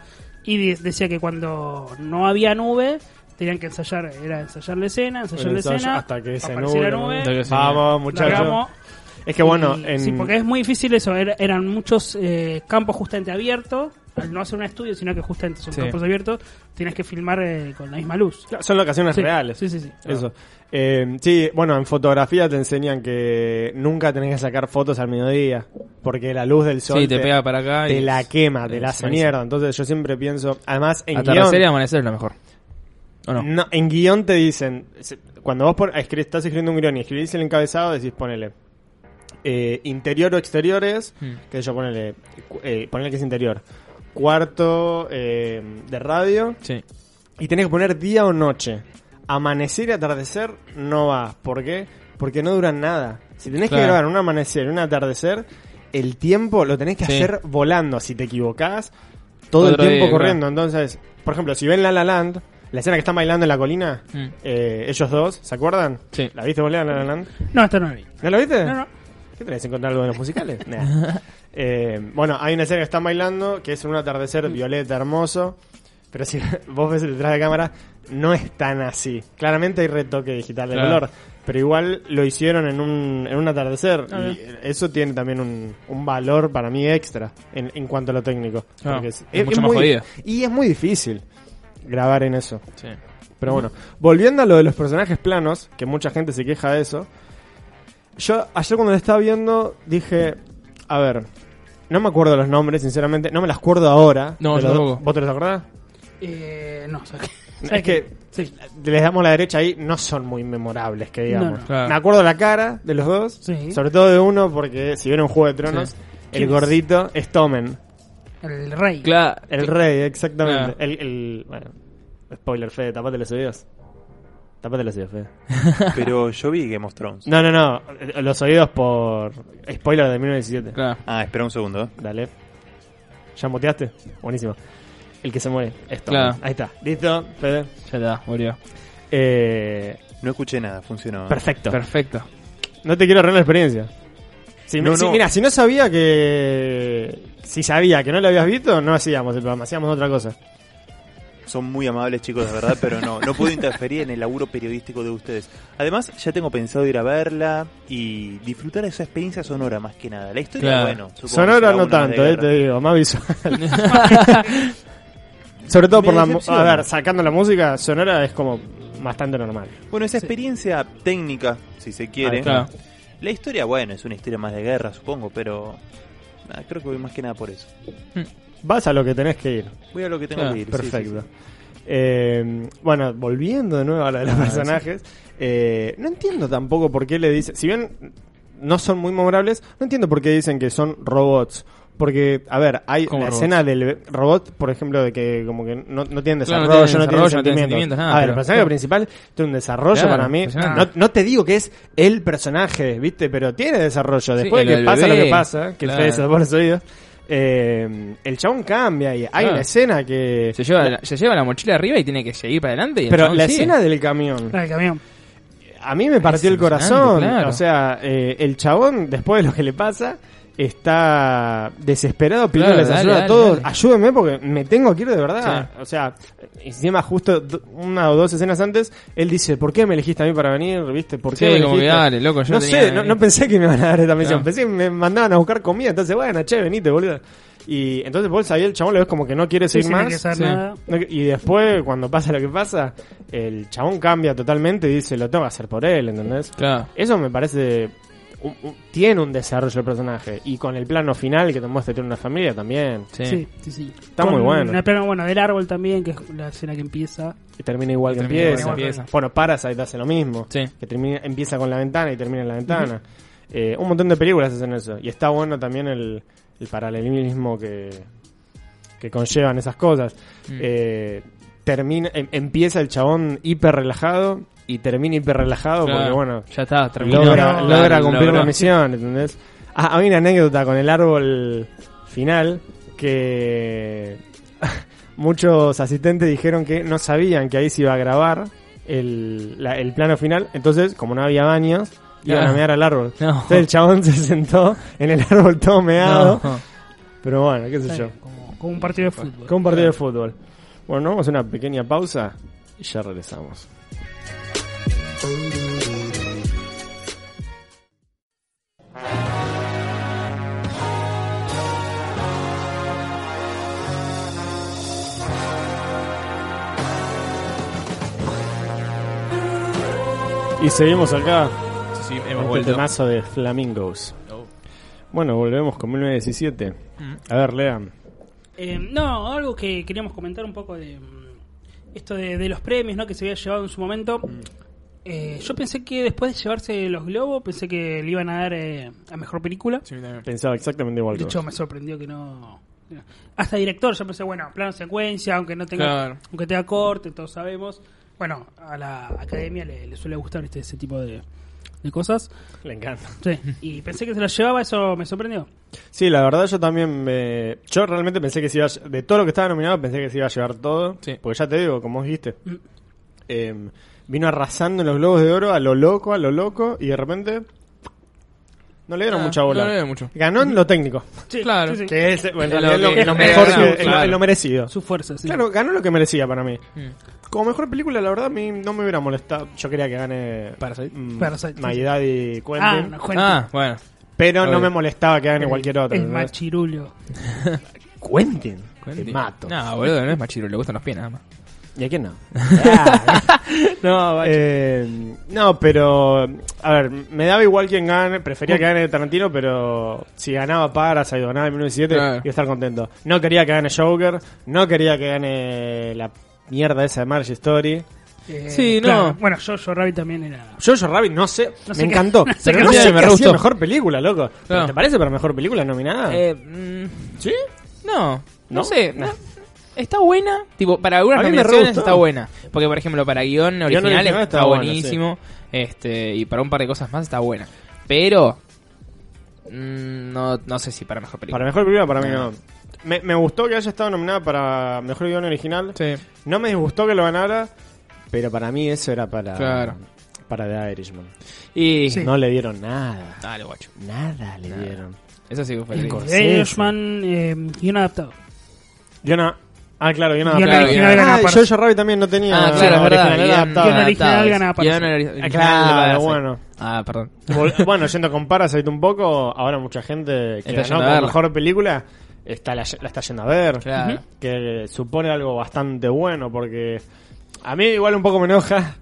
Speaker 3: Y de- decía que cuando no había nube. Tenían que ensayar, era ensayar la escena, ensayar
Speaker 1: El
Speaker 3: la
Speaker 1: ensayo
Speaker 3: escena,
Speaker 1: hasta que se
Speaker 3: apareciera
Speaker 1: nuble,
Speaker 3: nube,
Speaker 1: ¿no?
Speaker 2: Hasta que se
Speaker 1: Vamos, muchachos.
Speaker 3: largamos,
Speaker 1: Es que bueno,
Speaker 3: y-
Speaker 1: en,
Speaker 3: Sí, porque es muy difícil eso. era- eran muchos eh, campos justamente abiertos. Al no hacer un estudio, sino que justamente son
Speaker 2: Sí.
Speaker 3: campos abiertos, tienes que filmar eh, con la misma luz.
Speaker 1: son locaciones
Speaker 3: Sí,
Speaker 1: reales.
Speaker 3: Sí, sí, sí.
Speaker 1: Eso. Eh, sí, bueno, en fotografía te enseñan que nunca tenés que sacar fotos al mediodía, porque la luz del sol
Speaker 2: Sí, te pega para acá.
Speaker 1: te
Speaker 2: y
Speaker 1: la
Speaker 2: es-
Speaker 1: quema, te
Speaker 2: es
Speaker 1: la hace
Speaker 2: buenísimo.
Speaker 1: mierda. Entonces yo siempre pienso, además en guión,
Speaker 2: Atardecer y amanecer es lo mejor. ¿O no?
Speaker 1: no, en guión te dicen, se- cuando vos pon- escri- estás escribiendo un guión y escribís el encabezado, decís ponele eh, interior o exteriores,
Speaker 2: Hmm.
Speaker 1: que yo ponele, cu- eh, ponele que es interior, cuarto eh, de radio,
Speaker 2: Sí.
Speaker 1: y tenés que poner día o noche. Amanecer y atardecer no va. ¿Por qué? Porque no duran nada. Si tenés
Speaker 2: Claro.
Speaker 1: que grabar un amanecer, un atardecer, el tiempo lo tenés que
Speaker 2: Sí.
Speaker 1: hacer volando. Si te equivocás, todo el
Speaker 2: Otro
Speaker 1: tiempo
Speaker 2: día,
Speaker 1: corriendo. Entonces, por ejemplo, si ven La La Land, la escena que están bailando en la colina,
Speaker 2: Mm.
Speaker 1: eh, ellos dos, ¿se acuerdan?
Speaker 2: Sí.
Speaker 1: ¿La viste volando La La Land?
Speaker 3: No, esto no lo vi.
Speaker 1: ¿No la viste?
Speaker 3: No, no.
Speaker 1: ¿Qué tenés? ¿Encontrar algo en los musicales? Nah. Eh, bueno, hay una escena que están bailando, que es en un atardecer violeta hermoso, pero si vos ves detrás de cámara, no es tan así. Claramente hay retoque digital del
Speaker 2: Claro.
Speaker 1: color, pero igual lo hicieron en un, en un atardecer.
Speaker 3: Ah,
Speaker 1: y eso tiene también un, un valor para mí extra en, en cuanto a lo técnico.
Speaker 2: Claro,
Speaker 1: Porque
Speaker 2: es mucho más
Speaker 1: muy-
Speaker 2: jodido.
Speaker 1: Y es muy difícil grabar en eso.
Speaker 2: Sí.
Speaker 1: Pero bueno, volviendo a lo de los personajes planos, que mucha gente se queja de eso. Yo ayer cuando lo estaba viendo dije, a ver, no me acuerdo los nombres, sinceramente, no me las acuerdo ahora.
Speaker 2: No,
Speaker 1: de
Speaker 2: yo
Speaker 1: los-
Speaker 2: tampoco.
Speaker 1: ¿Vos te los acordás?
Speaker 3: Eh, no, ¿sabes qué?
Speaker 1: Es
Speaker 3: ¿Sabes
Speaker 1: que
Speaker 3: qué? Sí,
Speaker 1: les damos la derecha ahí, no son muy memorables, que digamos.
Speaker 3: No, no.
Speaker 2: Claro.
Speaker 1: Me acuerdo la cara de los dos,
Speaker 3: Sí.
Speaker 1: sobre todo de uno, porque si vieron Juego de Tronos,
Speaker 2: Sí.
Speaker 1: el
Speaker 3: ¿Quién es?
Speaker 1: gordito es Tomen,
Speaker 3: el rey.
Speaker 2: Claro.
Speaker 1: el rey, exactamente.
Speaker 2: Claro.
Speaker 1: El, el- bueno, spoiler, Fede, tapate los oídos. Tapate los oídos, Fede.
Speaker 4: Pero yo vi Game of Thrones.
Speaker 1: No, no, no. eh, Los oídos por. Spoiler de 1917.
Speaker 2: Claro.
Speaker 4: Ah, espera un segundo.
Speaker 1: Dale. ¿Ya muteaste? Buenísimo. El que se muere. Esto.
Speaker 2: Claro.
Speaker 1: Ahí está. ¿Listo, Fede?
Speaker 2: Ya está, murió.
Speaker 1: Eh,
Speaker 4: No escuché nada, funcionó. ¿eh?
Speaker 1: perfecto. Ah,
Speaker 2: Perfecto.
Speaker 1: No te quiero arruinar la experiencia. Si,
Speaker 4: No,
Speaker 1: si-
Speaker 4: no.
Speaker 1: Mira, si no sabía que. Si sabía que no lo habías visto, no hacíamos el programa, hacíamos otra cosa.
Speaker 4: Son muy amables chicos, de verdad, pero no, no puedo interferir en el laburo periodístico de ustedes. Además, ya tengo pensado ir a verla y disfrutar de esa experiencia sonora más que nada. La historia,
Speaker 2: Claro.
Speaker 4: bueno, supongo que
Speaker 1: Sonora
Speaker 4: será
Speaker 1: no
Speaker 4: una más de
Speaker 1: tanto, eh,
Speaker 4: guerra.
Speaker 1: te digo, más visual. Sobre todo
Speaker 4: Me
Speaker 1: por la. mu- A
Speaker 4: decepciona.
Speaker 1: ver, sacando la música, Sonora es como bastante normal.
Speaker 4: Bueno, esa experiencia técnica, si se quiere.
Speaker 1: Ahí
Speaker 2: está.
Speaker 4: La historia, bueno, es una historia más de guerra, supongo, pero ah, creo que voy más que nada por eso.
Speaker 1: Vas a lo que tenés que ir.
Speaker 4: Voy a lo que tengo
Speaker 2: Claro,
Speaker 4: que ir. sí,
Speaker 1: Perfecto.
Speaker 4: sí,
Speaker 1: Eh, bueno, volviendo de nuevo a lo
Speaker 2: Ah,
Speaker 1: de los personajes, eh, no entiendo tampoco por qué le dicen, si bien no son muy memorables, no entiendo por qué dicen que son robots. Porque, a ver, hay
Speaker 2: ¿Cómo
Speaker 1: la
Speaker 2: robots?
Speaker 1: escena del be- robot, por ejemplo, de que como que no, no tiene
Speaker 2: Claro,
Speaker 1: desarrollo,
Speaker 2: no
Speaker 1: no,
Speaker 2: tiene
Speaker 1: tiene
Speaker 2: desarrollo, no tiene
Speaker 1: sentimientos.
Speaker 2: sentimientos, nada,
Speaker 1: a ver,
Speaker 2: pero-
Speaker 1: el personaje principal tiene un desarrollo
Speaker 2: Claro, pues
Speaker 1: para mí. No,
Speaker 2: impresionante.
Speaker 1: no te digo que es el personaje, ¿viste? Pero tiene desarrollo.
Speaker 2: Sí,
Speaker 1: Después
Speaker 2: el
Speaker 1: de que
Speaker 2: del
Speaker 1: pasa lo
Speaker 2: bebé,
Speaker 1: que pasa, que el
Speaker 2: claro.
Speaker 1: Fede se tapó los oídos, eh, el chabón cambia y hay
Speaker 2: Claro.
Speaker 1: una escena que...
Speaker 2: Se lleva, la, se lleva la mochila arriba y tiene que seguir para adelante. y el
Speaker 1: Pero
Speaker 2: chabón
Speaker 1: la
Speaker 2: sigue.
Speaker 1: escena del camión,
Speaker 3: Claro, el camión.
Speaker 1: a mí me partió el
Speaker 2: emocionante,
Speaker 1: corazón.
Speaker 2: claro.
Speaker 1: O sea, eh, el chabón, después de lo que le pasa, está desesperado pidiéndoles
Speaker 2: dale,
Speaker 1: ayuda
Speaker 2: dale,
Speaker 1: a todos.
Speaker 2: dale.
Speaker 1: Ayúdenme porque me tengo que ir de verdad. O sea, encima justo do- una o dos escenas antes, él dice, ¿por qué me elegiste a mí para venir? ¿Viste? ¿Por
Speaker 2: Sí,
Speaker 1: qué me
Speaker 2: como que
Speaker 1: elegiste?"
Speaker 2: dale, loco, yo
Speaker 1: no
Speaker 2: tenía
Speaker 1: sé,
Speaker 2: que
Speaker 1: no,
Speaker 2: venir.
Speaker 1: no pensé que me iban a dar esta misión.
Speaker 2: Claro.
Speaker 1: Pensé que me mandaban a buscar comida. Entonces, bueno, che, venite, boludo. Y entonces vos ahí el chabón lo ves como que no quiere
Speaker 3: Sí,
Speaker 1: seguir
Speaker 3: sin
Speaker 1: más.
Speaker 3: regresar
Speaker 2: sí.
Speaker 3: nada.
Speaker 1: No, que- Y después, cuando pasa lo que pasa, el chabón cambia totalmente y dice, lo tengo que hacer por él, ¿entendés?
Speaker 2: Claro.
Speaker 1: Eso me parece... un- un- tiene un desarrollo el personaje. Y con el plano final que te muestra que tiene una familia también.
Speaker 2: Sí.
Speaker 3: Sí, sí, sí.
Speaker 1: Está muy bueno.
Speaker 3: El plano bueno del árbol también, que es la escena que empieza.
Speaker 1: Y termina igual que
Speaker 2: Termina
Speaker 1: empieza.
Speaker 2: igual que empieza.
Speaker 1: Bueno, Parasite hace lo mismo.
Speaker 2: Sí.
Speaker 1: Que termina, empieza con la ventana y termina en la ventana. Eh, un montón de películas hacen eso. Y está bueno también el, el paralelismo que, que conllevan esas cosas.
Speaker 2: Mm.
Speaker 1: Eh, termina, em- empieza el chabón hiper relajado y termina hiper relajado porque,
Speaker 2: Claro.
Speaker 1: bueno,
Speaker 2: Ya está, terminó.
Speaker 1: logra,
Speaker 3: No,
Speaker 1: logra
Speaker 2: Claro,
Speaker 1: cumplir
Speaker 2: logró.
Speaker 1: la misión, ¿entendés? Ah, hay una anécdota con el árbol final que muchos asistentes dijeron que no sabían que ahí se iba a grabar el, la- el plano final, entonces como no había baños, iban a
Speaker 2: Claro.
Speaker 1: mear al árbol.
Speaker 2: Ah. No.
Speaker 1: Entonces el chabón se sentó en el árbol todo meado,
Speaker 2: No.
Speaker 1: pero bueno, qué sé
Speaker 3: Está
Speaker 1: yo.
Speaker 3: bien, Como, como un partido de fútbol.
Speaker 1: Con un partido de fútbol. Bueno, vamos a una pequeña pausa y ya regresamos. Y seguimos acá
Speaker 2: Sí, sí, hemos
Speaker 1: con el
Speaker 2: vuelto.
Speaker 1: temazo de Flamingos.
Speaker 2: Oh.
Speaker 1: Bueno, volvemos con 1917.
Speaker 2: Mm.
Speaker 1: A ver, lean.
Speaker 3: Eh, no, algo que queríamos comentar un poco de mm, esto de, de los premios ¿no? que se había llevado en su momento. Eh, yo pensé que después de llevarse los globos, pensé que le iban a dar eh, a mejor película.
Speaker 2: Sí, también.
Speaker 1: Pensaba exactamente igual que
Speaker 3: De hecho,
Speaker 1: vos.
Speaker 3: me sorprendió que no. que no. Hasta director, yo pensé, bueno, plano secuencia, aunque no tenga,
Speaker 2: Claro.
Speaker 3: aunque tenga corte, todos sabemos. Bueno, a la academia le, le suele gustar este, ese tipo de, de cosas.
Speaker 1: Le encanta.
Speaker 3: Sí. Y pensé que se las llevaba, eso me sorprendió.
Speaker 1: Sí, la verdad yo también me... Yo realmente pensé que se iba a... De todo lo que estaba nominado pensé que se iba a llevar todo.
Speaker 2: Sí.
Speaker 1: Porque ya te digo, como vos dijiste.
Speaker 3: Mm.
Speaker 1: eh, vino arrasando en los globos de oro a lo loco, a lo loco. Y de repente... No le dieron
Speaker 2: Ah,
Speaker 1: mucha bola.
Speaker 2: no le dieron mucho.
Speaker 1: Ganó en lo técnico.
Speaker 3: Sí,
Speaker 2: Claro.
Speaker 3: sí, sí.
Speaker 1: Que es bueno, en
Speaker 2: Lo
Speaker 1: realidad,
Speaker 2: que-
Speaker 1: lo, lo
Speaker 2: lo
Speaker 1: mejor
Speaker 2: ganado,
Speaker 1: que- en lo-
Speaker 2: claro.
Speaker 1: en lo merecido.
Speaker 3: Su fuerza, sí.
Speaker 1: Claro, ganó lo que merecía para mí.
Speaker 2: Mm.
Speaker 1: Como mejor película, la verdad, a mí no me hubiera molestado. Yo quería que gane
Speaker 2: Parasite.
Speaker 1: mm,
Speaker 3: Parasite, sí,
Speaker 1: My
Speaker 3: sí.
Speaker 1: Daddy Quentin,
Speaker 3: Ah, no, Quentin.
Speaker 2: Ah, bueno.
Speaker 1: pero no
Speaker 2: Obvio.
Speaker 1: me molestaba que gane cualquier otro.
Speaker 3: Es
Speaker 1: ¿no?
Speaker 3: machirulio.
Speaker 1: Quentin. Te
Speaker 2: Quentin.
Speaker 1: mato.
Speaker 2: No, boludo, no es machiro, le gustan los pies nada más.
Speaker 1: ¿Y a quién no? Ah,
Speaker 2: No,
Speaker 1: eh, no, pero. A ver, me daba igual quién gane.
Speaker 2: Mm.
Speaker 1: Prefería que gane Tarantino, pero si ganaba Parasite o ganaba 1917,
Speaker 2: Claro.
Speaker 1: iba a estar contento. No quería que gane Joker. No quería que gane la mierda esa de Marge Story.
Speaker 3: Eh,
Speaker 2: Sí, no.
Speaker 3: claro. Bueno, yo, yo Rabbit también era.
Speaker 1: Jojo Rabbit, no sé,
Speaker 3: No sé
Speaker 1: me
Speaker 3: qué-
Speaker 1: encantó.
Speaker 3: no sé
Speaker 1: pero
Speaker 3: qué
Speaker 1: no
Speaker 2: hacía,
Speaker 1: sé
Speaker 2: me
Speaker 1: qué hacía
Speaker 2: gustó.
Speaker 1: mejor película, loco. ¿Pero
Speaker 2: No.
Speaker 1: ¿Te parece para mejor película nominada?
Speaker 2: Eh, mm,
Speaker 1: ¿Sí?
Speaker 2: no,
Speaker 1: ¿No?
Speaker 2: no sé.
Speaker 1: No.
Speaker 2: no. Está buena, tipo,
Speaker 1: A
Speaker 2: para algunas
Speaker 1: mí me re
Speaker 2: nominaciones
Speaker 1: gustó.
Speaker 2: está buena. Porque, por ejemplo, para guión original,
Speaker 1: original
Speaker 2: está,
Speaker 1: está bueno,
Speaker 2: buenísimo. este Y para un par de cosas más está buena. Pero, mm, no, no sé si para mejor
Speaker 1: Para
Speaker 2: película.
Speaker 1: mejor película, para mí
Speaker 2: No.
Speaker 1: no. Me, me gustó que haya estado nominada para mejor guión original.
Speaker 2: Sí.
Speaker 1: No me disgustó que lo ganara, pero para mí eso era para.
Speaker 2: Claro.
Speaker 1: Para The Irishman.
Speaker 2: Y.
Speaker 3: Sí.
Speaker 1: No le dieron nada.
Speaker 2: Dale, guacho.
Speaker 1: Nada le dieron.
Speaker 2: Eso sí que fue
Speaker 1: El
Speaker 2: rico.
Speaker 1: cor-
Speaker 3: The Irishman, eh, guión adaptado.
Speaker 1: Yo no. Ah, claro, yo nada.
Speaker 3: Guión
Speaker 2: claro,
Speaker 3: original
Speaker 2: claro.
Speaker 3: gana
Speaker 1: Ah, y
Speaker 3: para-
Speaker 1: Jojo Rabbit también no tenía.
Speaker 2: Ah, claro, es verdad.
Speaker 1: original,
Speaker 2: guión
Speaker 1: adaptado.
Speaker 3: Guión original
Speaker 2: adaptado,
Speaker 3: gana
Speaker 2: guión
Speaker 3: Parasite.
Speaker 2: ori-
Speaker 1: Ah,
Speaker 2: original de
Speaker 1: claro,
Speaker 2: Parasite.
Speaker 1: bueno.
Speaker 2: Ah, perdón.
Speaker 1: Vol- bueno, yendo con Parasite un poco, ahora mucha gente que
Speaker 2: Está yendo
Speaker 1: ganó
Speaker 2: a
Speaker 1: como
Speaker 2: verla.
Speaker 1: mejor película está, la, la está yendo a ver.
Speaker 2: Claro.
Speaker 1: Que supone algo bastante bueno, porque a mí igual un poco me enoja.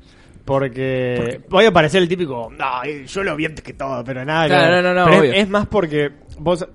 Speaker 1: Porque voy a parecer el típico, no, eh, yo lo vi antes que todo, pero nada.
Speaker 2: Claro,
Speaker 1: que ver".
Speaker 2: no, no, no,
Speaker 1: Pero es-
Speaker 2: obvio.
Speaker 1: es, más porque vos,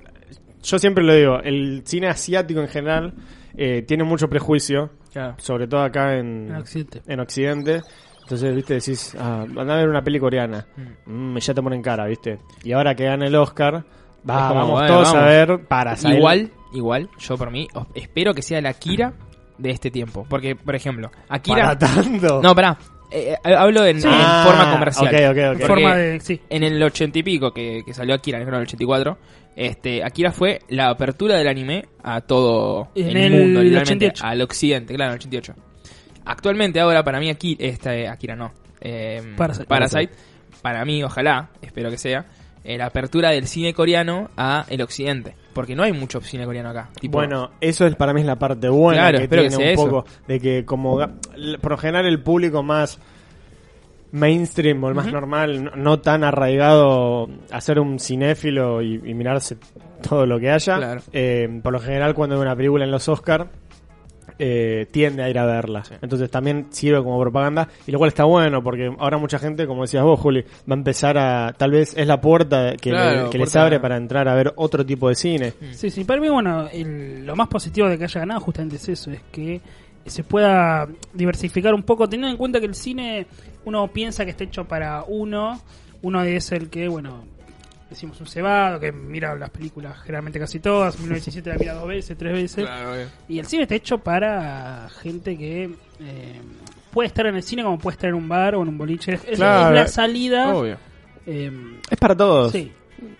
Speaker 1: yo siempre lo digo, el cine asiático en general eh, tiene mucho prejuicio,
Speaker 2: Claro.
Speaker 1: sobre todo acá en,
Speaker 3: En Occidente.
Speaker 1: en Occidente. Entonces, viste, decís, ah, andá a ver una peli coreana. Mm, ya te ponen cara, viste. Y ahora que gana el Oscar, va,
Speaker 2: Es como,
Speaker 1: vamos
Speaker 2: bueno,
Speaker 1: todos
Speaker 2: vamos.
Speaker 1: a ver para saber.
Speaker 2: Igual, igual, yo por mí, os- espero que sea la Akira de este tiempo. Porque, por ejemplo, Akira.
Speaker 1: Para tanto.
Speaker 2: No, pará. Eh, eh, hablo en,
Speaker 1: Sí.
Speaker 2: en
Speaker 1: Ah,
Speaker 2: forma comercial.
Speaker 1: ok, ok, ok.
Speaker 2: Porque
Speaker 3: Forma de. Sí.
Speaker 2: En el ochenta y pico que, que salió Akira, creo en el 84, este, Akira fue la apertura del anime a todo
Speaker 3: En
Speaker 2: el,
Speaker 3: el
Speaker 2: mundo, literalmente,
Speaker 3: 88.
Speaker 2: al occidente, claro, en el 88. Actualmente, ahora, para mí, Akira, esta, eh, Akira no, eh,
Speaker 3: Parasite.
Speaker 2: Parasite, para mí, ojalá, espero que sea, eh, la apertura del cine coreano a el occidente. Porque no hay mucho cine coreano acá. Tipo,
Speaker 1: Bueno, eso es para mí es la parte buena
Speaker 2: Claro,
Speaker 1: que
Speaker 2: espero que
Speaker 1: tiene
Speaker 2: sea
Speaker 1: un
Speaker 2: eso.
Speaker 1: poco de que como ga- l- por lo general el público más mainstream o el más normal, no, no tan arraigado a ser un cinéfilo y, y mirarse todo lo que haya,
Speaker 2: Claro.
Speaker 1: eh, por lo general cuando hay una película en los Oscar eh, tiende a ir a verla. Entonces también sirve como propaganda, y lo cual está bueno, porque ahora mucha gente, como decías vos, Juli, va a empezar a, tal vez es la puerta que, le-
Speaker 2: Claro,
Speaker 1: que les
Speaker 2: puerta- Mm.
Speaker 1: abre para entrar a ver otro tipo de cine.
Speaker 3: Sí, sí, para mí, bueno, el- lo más positivo de que haya ganado justamente es eso, es que se pueda diversificar un poco, teniendo en cuenta que el cine uno piensa que está hecho para uno, uno es el que, bueno, decimos un cebado, que mira las películas generalmente casi todas, 1917 la mira dos veces, tres veces, y el cine está hecho para gente que eh, puede estar en el cine como puede estar en un bar o en un boliche, es, es
Speaker 1: Claro.
Speaker 3: la salida.
Speaker 2: obvio.
Speaker 3: em,
Speaker 1: Es para todos.
Speaker 3: sí.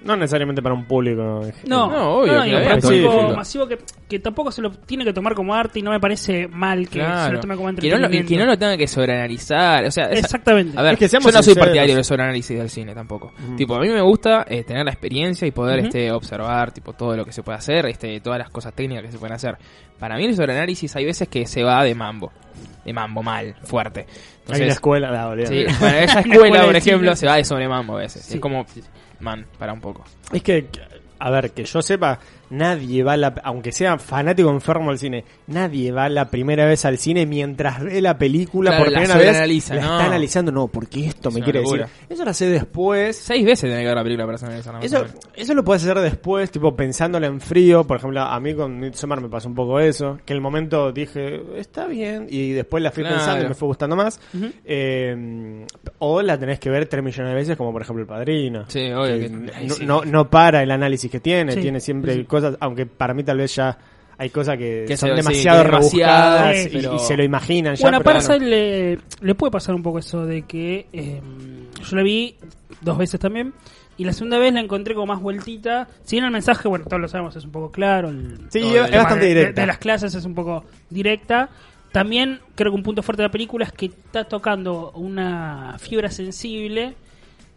Speaker 1: No necesariamente para un público. en gen-
Speaker 3: No,
Speaker 2: No, obvio,
Speaker 3: y
Speaker 2: claro,
Speaker 3: para
Speaker 1: es
Speaker 3: un público
Speaker 1: específico.
Speaker 3: masivo que, que tampoco se lo tiene que tomar como arte y no me parece mal que se lo
Speaker 2: Claro.
Speaker 3: tome como
Speaker 2: Que no, lo, y
Speaker 3: entretenimiento.
Speaker 2: que no lo tenga que sobreanalizar. O sea, esa-
Speaker 3: Exactamente.
Speaker 2: A ver,
Speaker 1: Es que
Speaker 2: yo no
Speaker 1: seamos
Speaker 2: soy
Speaker 1: sinceros.
Speaker 2: partidario de sobreanálisis del cine tampoco. Tipo, a mí me gusta eh, tener la experiencia y poder
Speaker 3: Ujú.
Speaker 2: este, observar tipo todo lo que se puede hacer, este, todas las cosas técnicas que se pueden hacer. Para mí el sobreanálisis hay veces que se va de mambo. De mambo mal, fuerte.
Speaker 1: Hay una
Speaker 2: Entonces,
Speaker 1: escuela, la boludo.
Speaker 2: sí, bueno, esa
Speaker 3: Una
Speaker 2: escuela,
Speaker 3: escuela
Speaker 2: por
Speaker 3: de
Speaker 2: ejemplo,
Speaker 3: cine.
Speaker 2: se va de sobre mambo a veces.
Speaker 3: Sí.
Speaker 2: Es como, man, para un poco.
Speaker 1: Es que, a ver, que yo sepa, nadie va, la, aunque sea fanático enfermo del cine, nadie va la primera vez al cine mientras ve la película
Speaker 2: Claro,
Speaker 1: por
Speaker 2: la
Speaker 1: primera vez.
Speaker 2: sobreanaliza,
Speaker 1: la
Speaker 2: no.
Speaker 1: está analizando, no, porque esto
Speaker 2: Es
Speaker 1: me
Speaker 2: una
Speaker 1: quiere
Speaker 2: locura.
Speaker 1: decir. Eso lo hace después.
Speaker 2: Seis veces tiene que ver la película para analizar la
Speaker 1: Eso, eso lo puedes hacer después, tipo pensándola en frío. Por ejemplo, a mí con Midsommar me pasó un poco eso. Que en el momento dije, está bien. Y después la fui
Speaker 2: Claro.
Speaker 1: pensando y me fue gustando más. Eh, o la tenés que ver tres millones de veces, como por ejemplo El Padrino.
Speaker 2: Sí, obvio
Speaker 1: Que
Speaker 2: que-
Speaker 1: no-
Speaker 2: ay, sí.
Speaker 1: no, no para el análisis que tiene.
Speaker 3: Sí,
Speaker 1: Tiene siempre
Speaker 3: sí, sí.
Speaker 1: cosas, aunque para mí tal vez ya hay cosas que,
Speaker 2: Que
Speaker 1: son
Speaker 2: se- sí,
Speaker 1: demasiado
Speaker 2: que demasiadas,
Speaker 1: rebuscadas y,
Speaker 2: pero-
Speaker 1: y se lo imaginan ya.
Speaker 3: Bueno, a
Speaker 1: pero
Speaker 3: Parcel le, le puede pasar un poco eso de que eh, yo la vi dos veces también y la segunda vez la encontré como más vueltita. Si bien el mensaje, bueno, todos lo sabemos, es un poco claro. el-
Speaker 1: Sí,
Speaker 2: No,
Speaker 1: es- es
Speaker 2: del tema
Speaker 3: tema
Speaker 1: bastante
Speaker 3: de- de-
Speaker 1: directa.
Speaker 3: De, las clases es un poco directa. También creo que un punto fuerte de la película es que está tocando una fibra sensible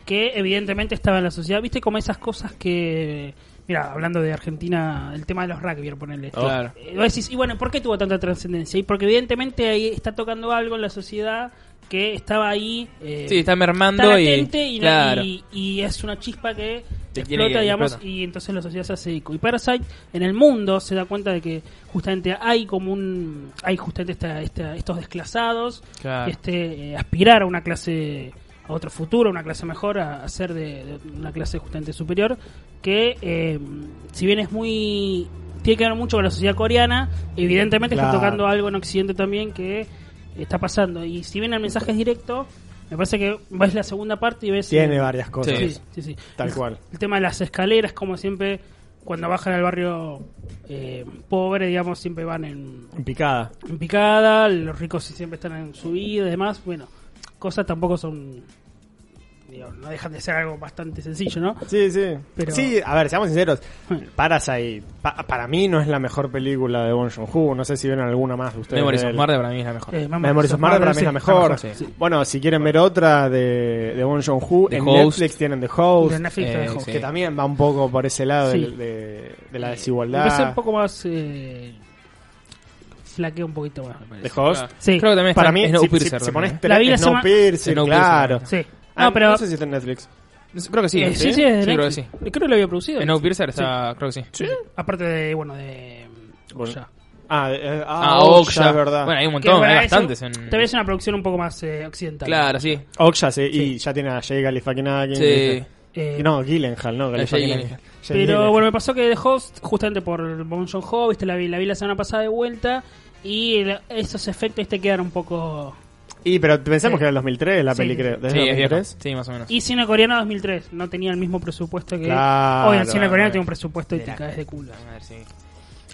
Speaker 3: que evidentemente estaba en la sociedad. ¿Viste como esas cosas que... Mira, hablando de Argentina, el tema de los rugby, ponerle.
Speaker 2: Oh. Claro.
Speaker 3: Eh, vos decís, y bueno, ¿por qué tuvo tanta trascendencia? Y porque evidentemente ahí está tocando algo en la sociedad que estaba ahí... eh,
Speaker 2: Sí, está mermando
Speaker 3: está
Speaker 2: y,
Speaker 3: latente y,
Speaker 2: claro.
Speaker 3: y- y es una chispa que
Speaker 2: Te tiene
Speaker 3: explota,
Speaker 2: que-
Speaker 3: digamos,
Speaker 2: explota.
Speaker 3: y entonces la sociedad se hace eco. Y Parasite en el mundo se da cuenta de que justamente hay como un hay justamente esta, esta- estos desclasados,
Speaker 1: Ah.
Speaker 2: Claro.
Speaker 3: este eh, aspirar a una clase a otro futuro, a una clase mejor, a, a ser de, de una clase justamente superior, que eh, si bien es muy tiene que ver mucho con la sociedad coreana, evidentemente
Speaker 1: Claro.
Speaker 3: está tocando algo en Occidente también que está pasando. Y si bien el mensaje es directo, me parece que ves la segunda parte y ves.
Speaker 1: Tiene varias cosas.
Speaker 2: Sí.
Speaker 3: Sí, sí, sí.
Speaker 1: Tal
Speaker 3: El-
Speaker 1: cual.
Speaker 3: El tema de las escaleras, como siempre, cuando bajan al barrio eh, pobre, digamos, siempre van en,
Speaker 1: Picada.
Speaker 3: en picada, los ricos siempre están en subida y demás. Bueno, cosas tampoco son. digo, no dejan de ser algo bastante sencillo, ¿no?
Speaker 1: Sí, sí.
Speaker 3: Pero-
Speaker 1: Sí, a ver, seamos sinceros.
Speaker 3: Bueno.
Speaker 1: Parasite, pa- para mí no es la mejor película de Bong Joon-ho. No sé si ven alguna más de ustedes.
Speaker 2: Memories
Speaker 1: de
Speaker 2: of
Speaker 1: él.
Speaker 2: Murder para mí es la mejor.
Speaker 3: Eh, Memories
Speaker 1: Memories
Speaker 3: of
Speaker 1: of Murder para mí
Speaker 3: Murder,
Speaker 1: es la
Speaker 3: sí,
Speaker 1: mejor.
Speaker 2: la mejor, sí.
Speaker 1: Bueno, si quieren ver otra de, de Bong Joon-ho,
Speaker 2: The
Speaker 1: en
Speaker 2: Host.
Speaker 1: Netflix tienen The Host,
Speaker 3: De Netflix,
Speaker 2: Eh,
Speaker 3: la dejo.
Speaker 2: sí.
Speaker 1: que también va un poco por ese lado
Speaker 3: Sí.
Speaker 1: del- de, de la
Speaker 3: Me parece un
Speaker 1: desigualdad.
Speaker 3: poco más. Eh, flaquea un poquito más. me parece.
Speaker 1: The Host.
Speaker 3: Sí.
Speaker 2: Creo que también
Speaker 1: Para
Speaker 2: está
Speaker 1: mí,
Speaker 2: en
Speaker 1: si, si-
Speaker 2: Snowpiercer
Speaker 1: si
Speaker 2: también.
Speaker 1: pones
Speaker 3: La vi la semana-
Speaker 1: Snowpiercer,
Speaker 2: Snowpiercer.
Speaker 1: claro.
Speaker 3: Sí.
Speaker 1: Ah,
Speaker 3: No, pero.
Speaker 1: No sé si está en Netflix.
Speaker 2: Creo que sí.
Speaker 3: Eh, sí, sí, es de
Speaker 2: creo que
Speaker 3: Netflix.
Speaker 2: sí.
Speaker 3: Creo que lo había producido.
Speaker 2: En Snowpiercer está, creo que sí.
Speaker 3: Aparte de, bueno, de. mm,
Speaker 1: Bueno,
Speaker 3: Goya.
Speaker 1: Ah, eh, ah,
Speaker 2: Ah,
Speaker 1: Oksha,
Speaker 2: Oksha.
Speaker 1: es verdad.
Speaker 2: Bueno, hay un
Speaker 3: Que
Speaker 2: montón, hay
Speaker 3: para eso,
Speaker 2: bastantes. En...
Speaker 3: Tal vez es una producción un poco más eh, occidental.
Speaker 2: Claro, sí.
Speaker 1: Oksha, sí, y ya tiene a Jay Galifianakis.
Speaker 2: Sí. Eh,
Speaker 3: Eh,
Speaker 1: Y No, Gyllenhaal, no, Galifianakis. Jay
Speaker 2: Gyllenhaal.
Speaker 3: Pero
Speaker 1: Gyllenhaal.
Speaker 3: bueno, me pasó que de host, justamente por Bon John Ho, viste, la vi, la vi la semana pasada de vuelta. Y el- esos efectos te quedaron un poco.
Speaker 1: Y pero pensemos
Speaker 3: Sí.
Speaker 1: que era el 2003 la
Speaker 3: Sí,
Speaker 1: peli,
Speaker 3: sí,
Speaker 1: creo.
Speaker 3: sí.
Speaker 1: ¿Desde
Speaker 2: Sí, es viejo.
Speaker 1: 2003?
Speaker 2: Sí, más o menos.
Speaker 3: Y cine coreano 2003, no tenía el mismo presupuesto que.
Speaker 1: Claro,
Speaker 3: Hoy el cine coreano
Speaker 2: bueno.
Speaker 3: tiene un presupuesto y te
Speaker 2: Mira.
Speaker 3: caes de culo.
Speaker 2: A ver, sí.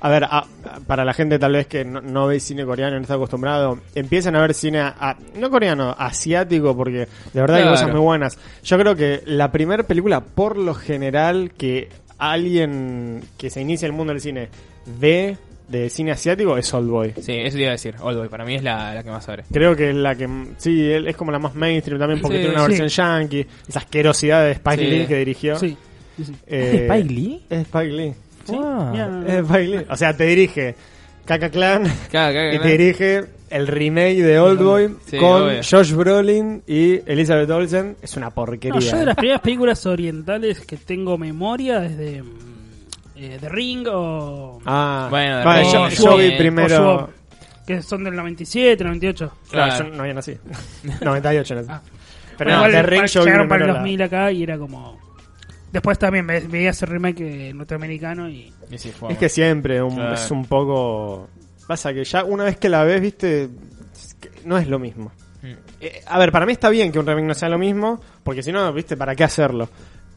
Speaker 1: A ver, a- a- para la gente tal vez que no, no ve cine coreano, no está acostumbrado, empiezan a ver cine, a- no coreano, asiático, porque de verdad hay
Speaker 2: Claro.
Speaker 1: cosas muy buenas. Yo creo que la primera película, por lo general, que alguien que se inicia en el mundo del cine ve de cine asiático es Old Boy.
Speaker 2: Sí, eso te iba a decir. Oldboy, para mí es la, la que más abre.
Speaker 1: Creo que es la que, m- sí, él es como la más mainstream también, porque
Speaker 2: Sí,
Speaker 1: tiene una
Speaker 3: sí.
Speaker 1: versión yankee, esa asquerosidad de Spike
Speaker 2: Sí.
Speaker 1: Lee que dirigió.
Speaker 3: Sí, sí, sí.
Speaker 1: Eh,
Speaker 2: ¿Es Spike Lee?
Speaker 1: Es Spike Lee.
Speaker 3: Sí,
Speaker 2: Ah.
Speaker 3: mira, no, no.
Speaker 1: Es Spike Lee. Eh, O sea, te dirige Kaka Clan
Speaker 2: Claro, claro,
Speaker 1: y
Speaker 2: claro.
Speaker 1: te dirige el remake de Oldboy
Speaker 2: Sí,
Speaker 1: con
Speaker 2: obvio.
Speaker 1: Josh Brolin y Elizabeth Olsen. Es una
Speaker 3: No,
Speaker 1: porquería.
Speaker 3: yo de las primeras películas orientales que tengo memoria desde mm, eh, The Ring o,
Speaker 1: Ah,
Speaker 2: Bueno, de
Speaker 1: vale,
Speaker 2: repente, eh, pues
Speaker 1: yo,
Speaker 3: sí.
Speaker 1: yo vi
Speaker 2: o
Speaker 3: o
Speaker 1: primero.
Speaker 3: Shubop, que son del 97, 98.
Speaker 1: Claro,
Speaker 2: Claro.
Speaker 1: yo no había nacido. 98 nací.
Speaker 3: Ah.
Speaker 1: Pero
Speaker 3: Bueno,
Speaker 1: no,
Speaker 3: igual
Speaker 1: The Ring
Speaker 3: para-
Speaker 1: yo vi
Speaker 3: llegaron para
Speaker 1: primero
Speaker 3: el
Speaker 1: la-
Speaker 3: 2000 acá y era como... Después también ve- veía ese remake eh, norteamericano y...
Speaker 2: Y sí, fue,
Speaker 1: Es que siempre un-
Speaker 2: Claro.
Speaker 1: es un poco. Pasa que ya una vez que la ves, viste, es que no es lo mismo.
Speaker 2: Mm.
Speaker 1: Eh, a ver, para mí está bien que un remake no sea lo mismo, porque si no, viste, ¿para qué hacerlo?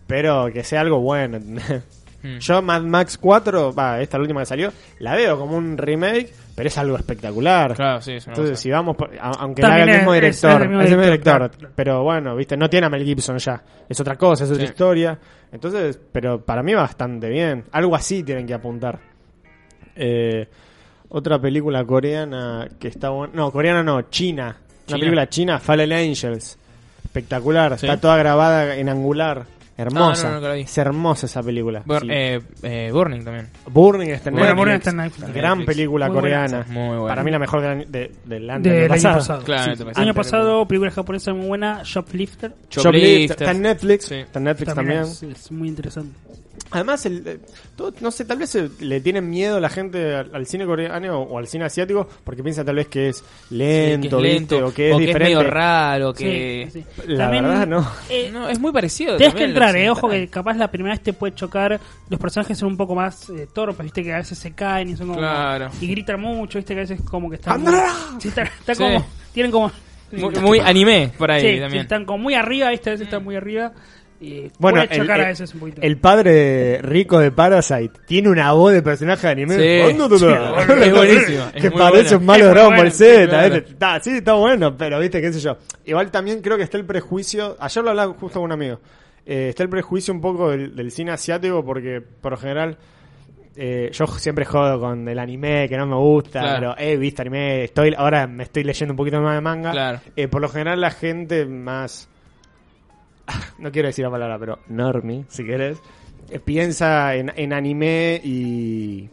Speaker 1: Pero que sea algo bueno. ¿entendés?
Speaker 2: Mm.
Speaker 1: Yo Mad Max 4, va, esta es la última que salió, la veo como un remake, pero es algo espectacular.
Speaker 2: Claro, sí, es una
Speaker 1: Entonces,
Speaker 2: cosa.
Speaker 1: si vamos, por- a- aunque la haga el
Speaker 3: También
Speaker 1: mismo
Speaker 3: es-
Speaker 1: director,
Speaker 3: es el mismo
Speaker 1: es el mismo
Speaker 3: director,
Speaker 1: director,
Speaker 3: claro.
Speaker 1: pero bueno, viste, no tiene a Mel Gibson ya, es otra cosa, es otra
Speaker 2: Sí.
Speaker 1: historia. Entonces, pero para mí bastante bien, algo así tienen que apuntar. Eh, otra película coreana que está buena, no, coreana no, china, una
Speaker 2: China.
Speaker 1: película china, Fallen Angels, espectacular,
Speaker 2: Sí.
Speaker 1: está toda grabada en angular, hermosa,
Speaker 2: no, no, que la vi.
Speaker 1: es hermosa esa película.
Speaker 2: Bur-
Speaker 1: Sí.
Speaker 2: eh, eh, Burning también.
Speaker 1: Burning está en
Speaker 3: Bueno,
Speaker 1: Netflix.
Speaker 3: bueno, está en Netflix.
Speaker 2: Netflix.
Speaker 1: Gran película
Speaker 3: Muy buena
Speaker 1: coreana.
Speaker 2: esa. Muy buena.
Speaker 1: Para mí la mejor del, de- del año
Speaker 3: Del año
Speaker 1: pasado.
Speaker 3: pasado.
Speaker 2: Claro,
Speaker 3: Sí.
Speaker 2: te parece.
Speaker 3: año pasado, película japonesa muy buena, Shoplifter.
Speaker 1: Shoplift,
Speaker 2: Shoplifters.
Speaker 1: Está en Netflix.
Speaker 2: Sí.
Speaker 1: Está en Netflix también.
Speaker 3: También es, es muy interesante.
Speaker 1: Además, el, eh, todo- no sé, tal vez eh, le tienen miedo la gente al, al cine coreano o al cine asiático porque piensa tal vez que es
Speaker 2: Sí, que es
Speaker 1: lento, ¿viste?
Speaker 2: lento,
Speaker 1: o que es diferente.
Speaker 2: medio raro, que...
Speaker 3: Sí, sí.
Speaker 1: La verdad, no.
Speaker 3: eh,
Speaker 2: No, es muy parecido.
Speaker 3: Tienes que
Speaker 2: también
Speaker 3: entrar,
Speaker 2: lo
Speaker 3: eh, ojo, que
Speaker 2: occidental.
Speaker 3: capaz la primera vez te puede chocar. Los personajes son un poco más eh, torpes, viste, que a veces se caen y son como.
Speaker 2: Claro.
Speaker 3: Y gritan mucho, viste, que a veces como que están.
Speaker 1: ¡Andrea!
Speaker 3: Sí, está, está
Speaker 2: Sí.
Speaker 3: como. Tienen como.
Speaker 2: Muy, muy anime por ahí
Speaker 3: Sí, sí,
Speaker 2: también. Mm.
Speaker 3: están como muy arriba, viste, a veces están muy arriba. Y
Speaker 1: Bueno,
Speaker 3: bueno,
Speaker 1: el-
Speaker 3: chocar
Speaker 1: el-
Speaker 3: a veces un poquito.
Speaker 1: El padre rico de Parasite tiene una voz de personaje de anime.
Speaker 2: Sí.
Speaker 1: ¿Cuándo tú
Speaker 2: Sí,
Speaker 1: lo-
Speaker 2: es buenísimo, es
Speaker 1: que
Speaker 2: muy
Speaker 1: parece
Speaker 2: buena.
Speaker 1: un malo
Speaker 3: Es muy
Speaker 1: Dragon Ball
Speaker 3: buena,
Speaker 1: Z.
Speaker 2: sí, claro.
Speaker 1: ¿viste? Está- sí, está bueno, pero viste, qué sé yo. Igual también creo que está el prejuicio. Ayer lo hablaba justo con un amigo. Eh, está el prejuicio un poco del, del cine asiático porque, por lo general. eh, yo siempre jodo con el anime que no me gusta,
Speaker 2: Claro.
Speaker 1: pero he visto anime, estoy, ahora me estoy leyendo un poquito más de manga.
Speaker 2: Claro.
Speaker 1: Eh, por lo general la gente más no quiero decir la palabra, pero normie, si querés, eh, piensa en, en anime y,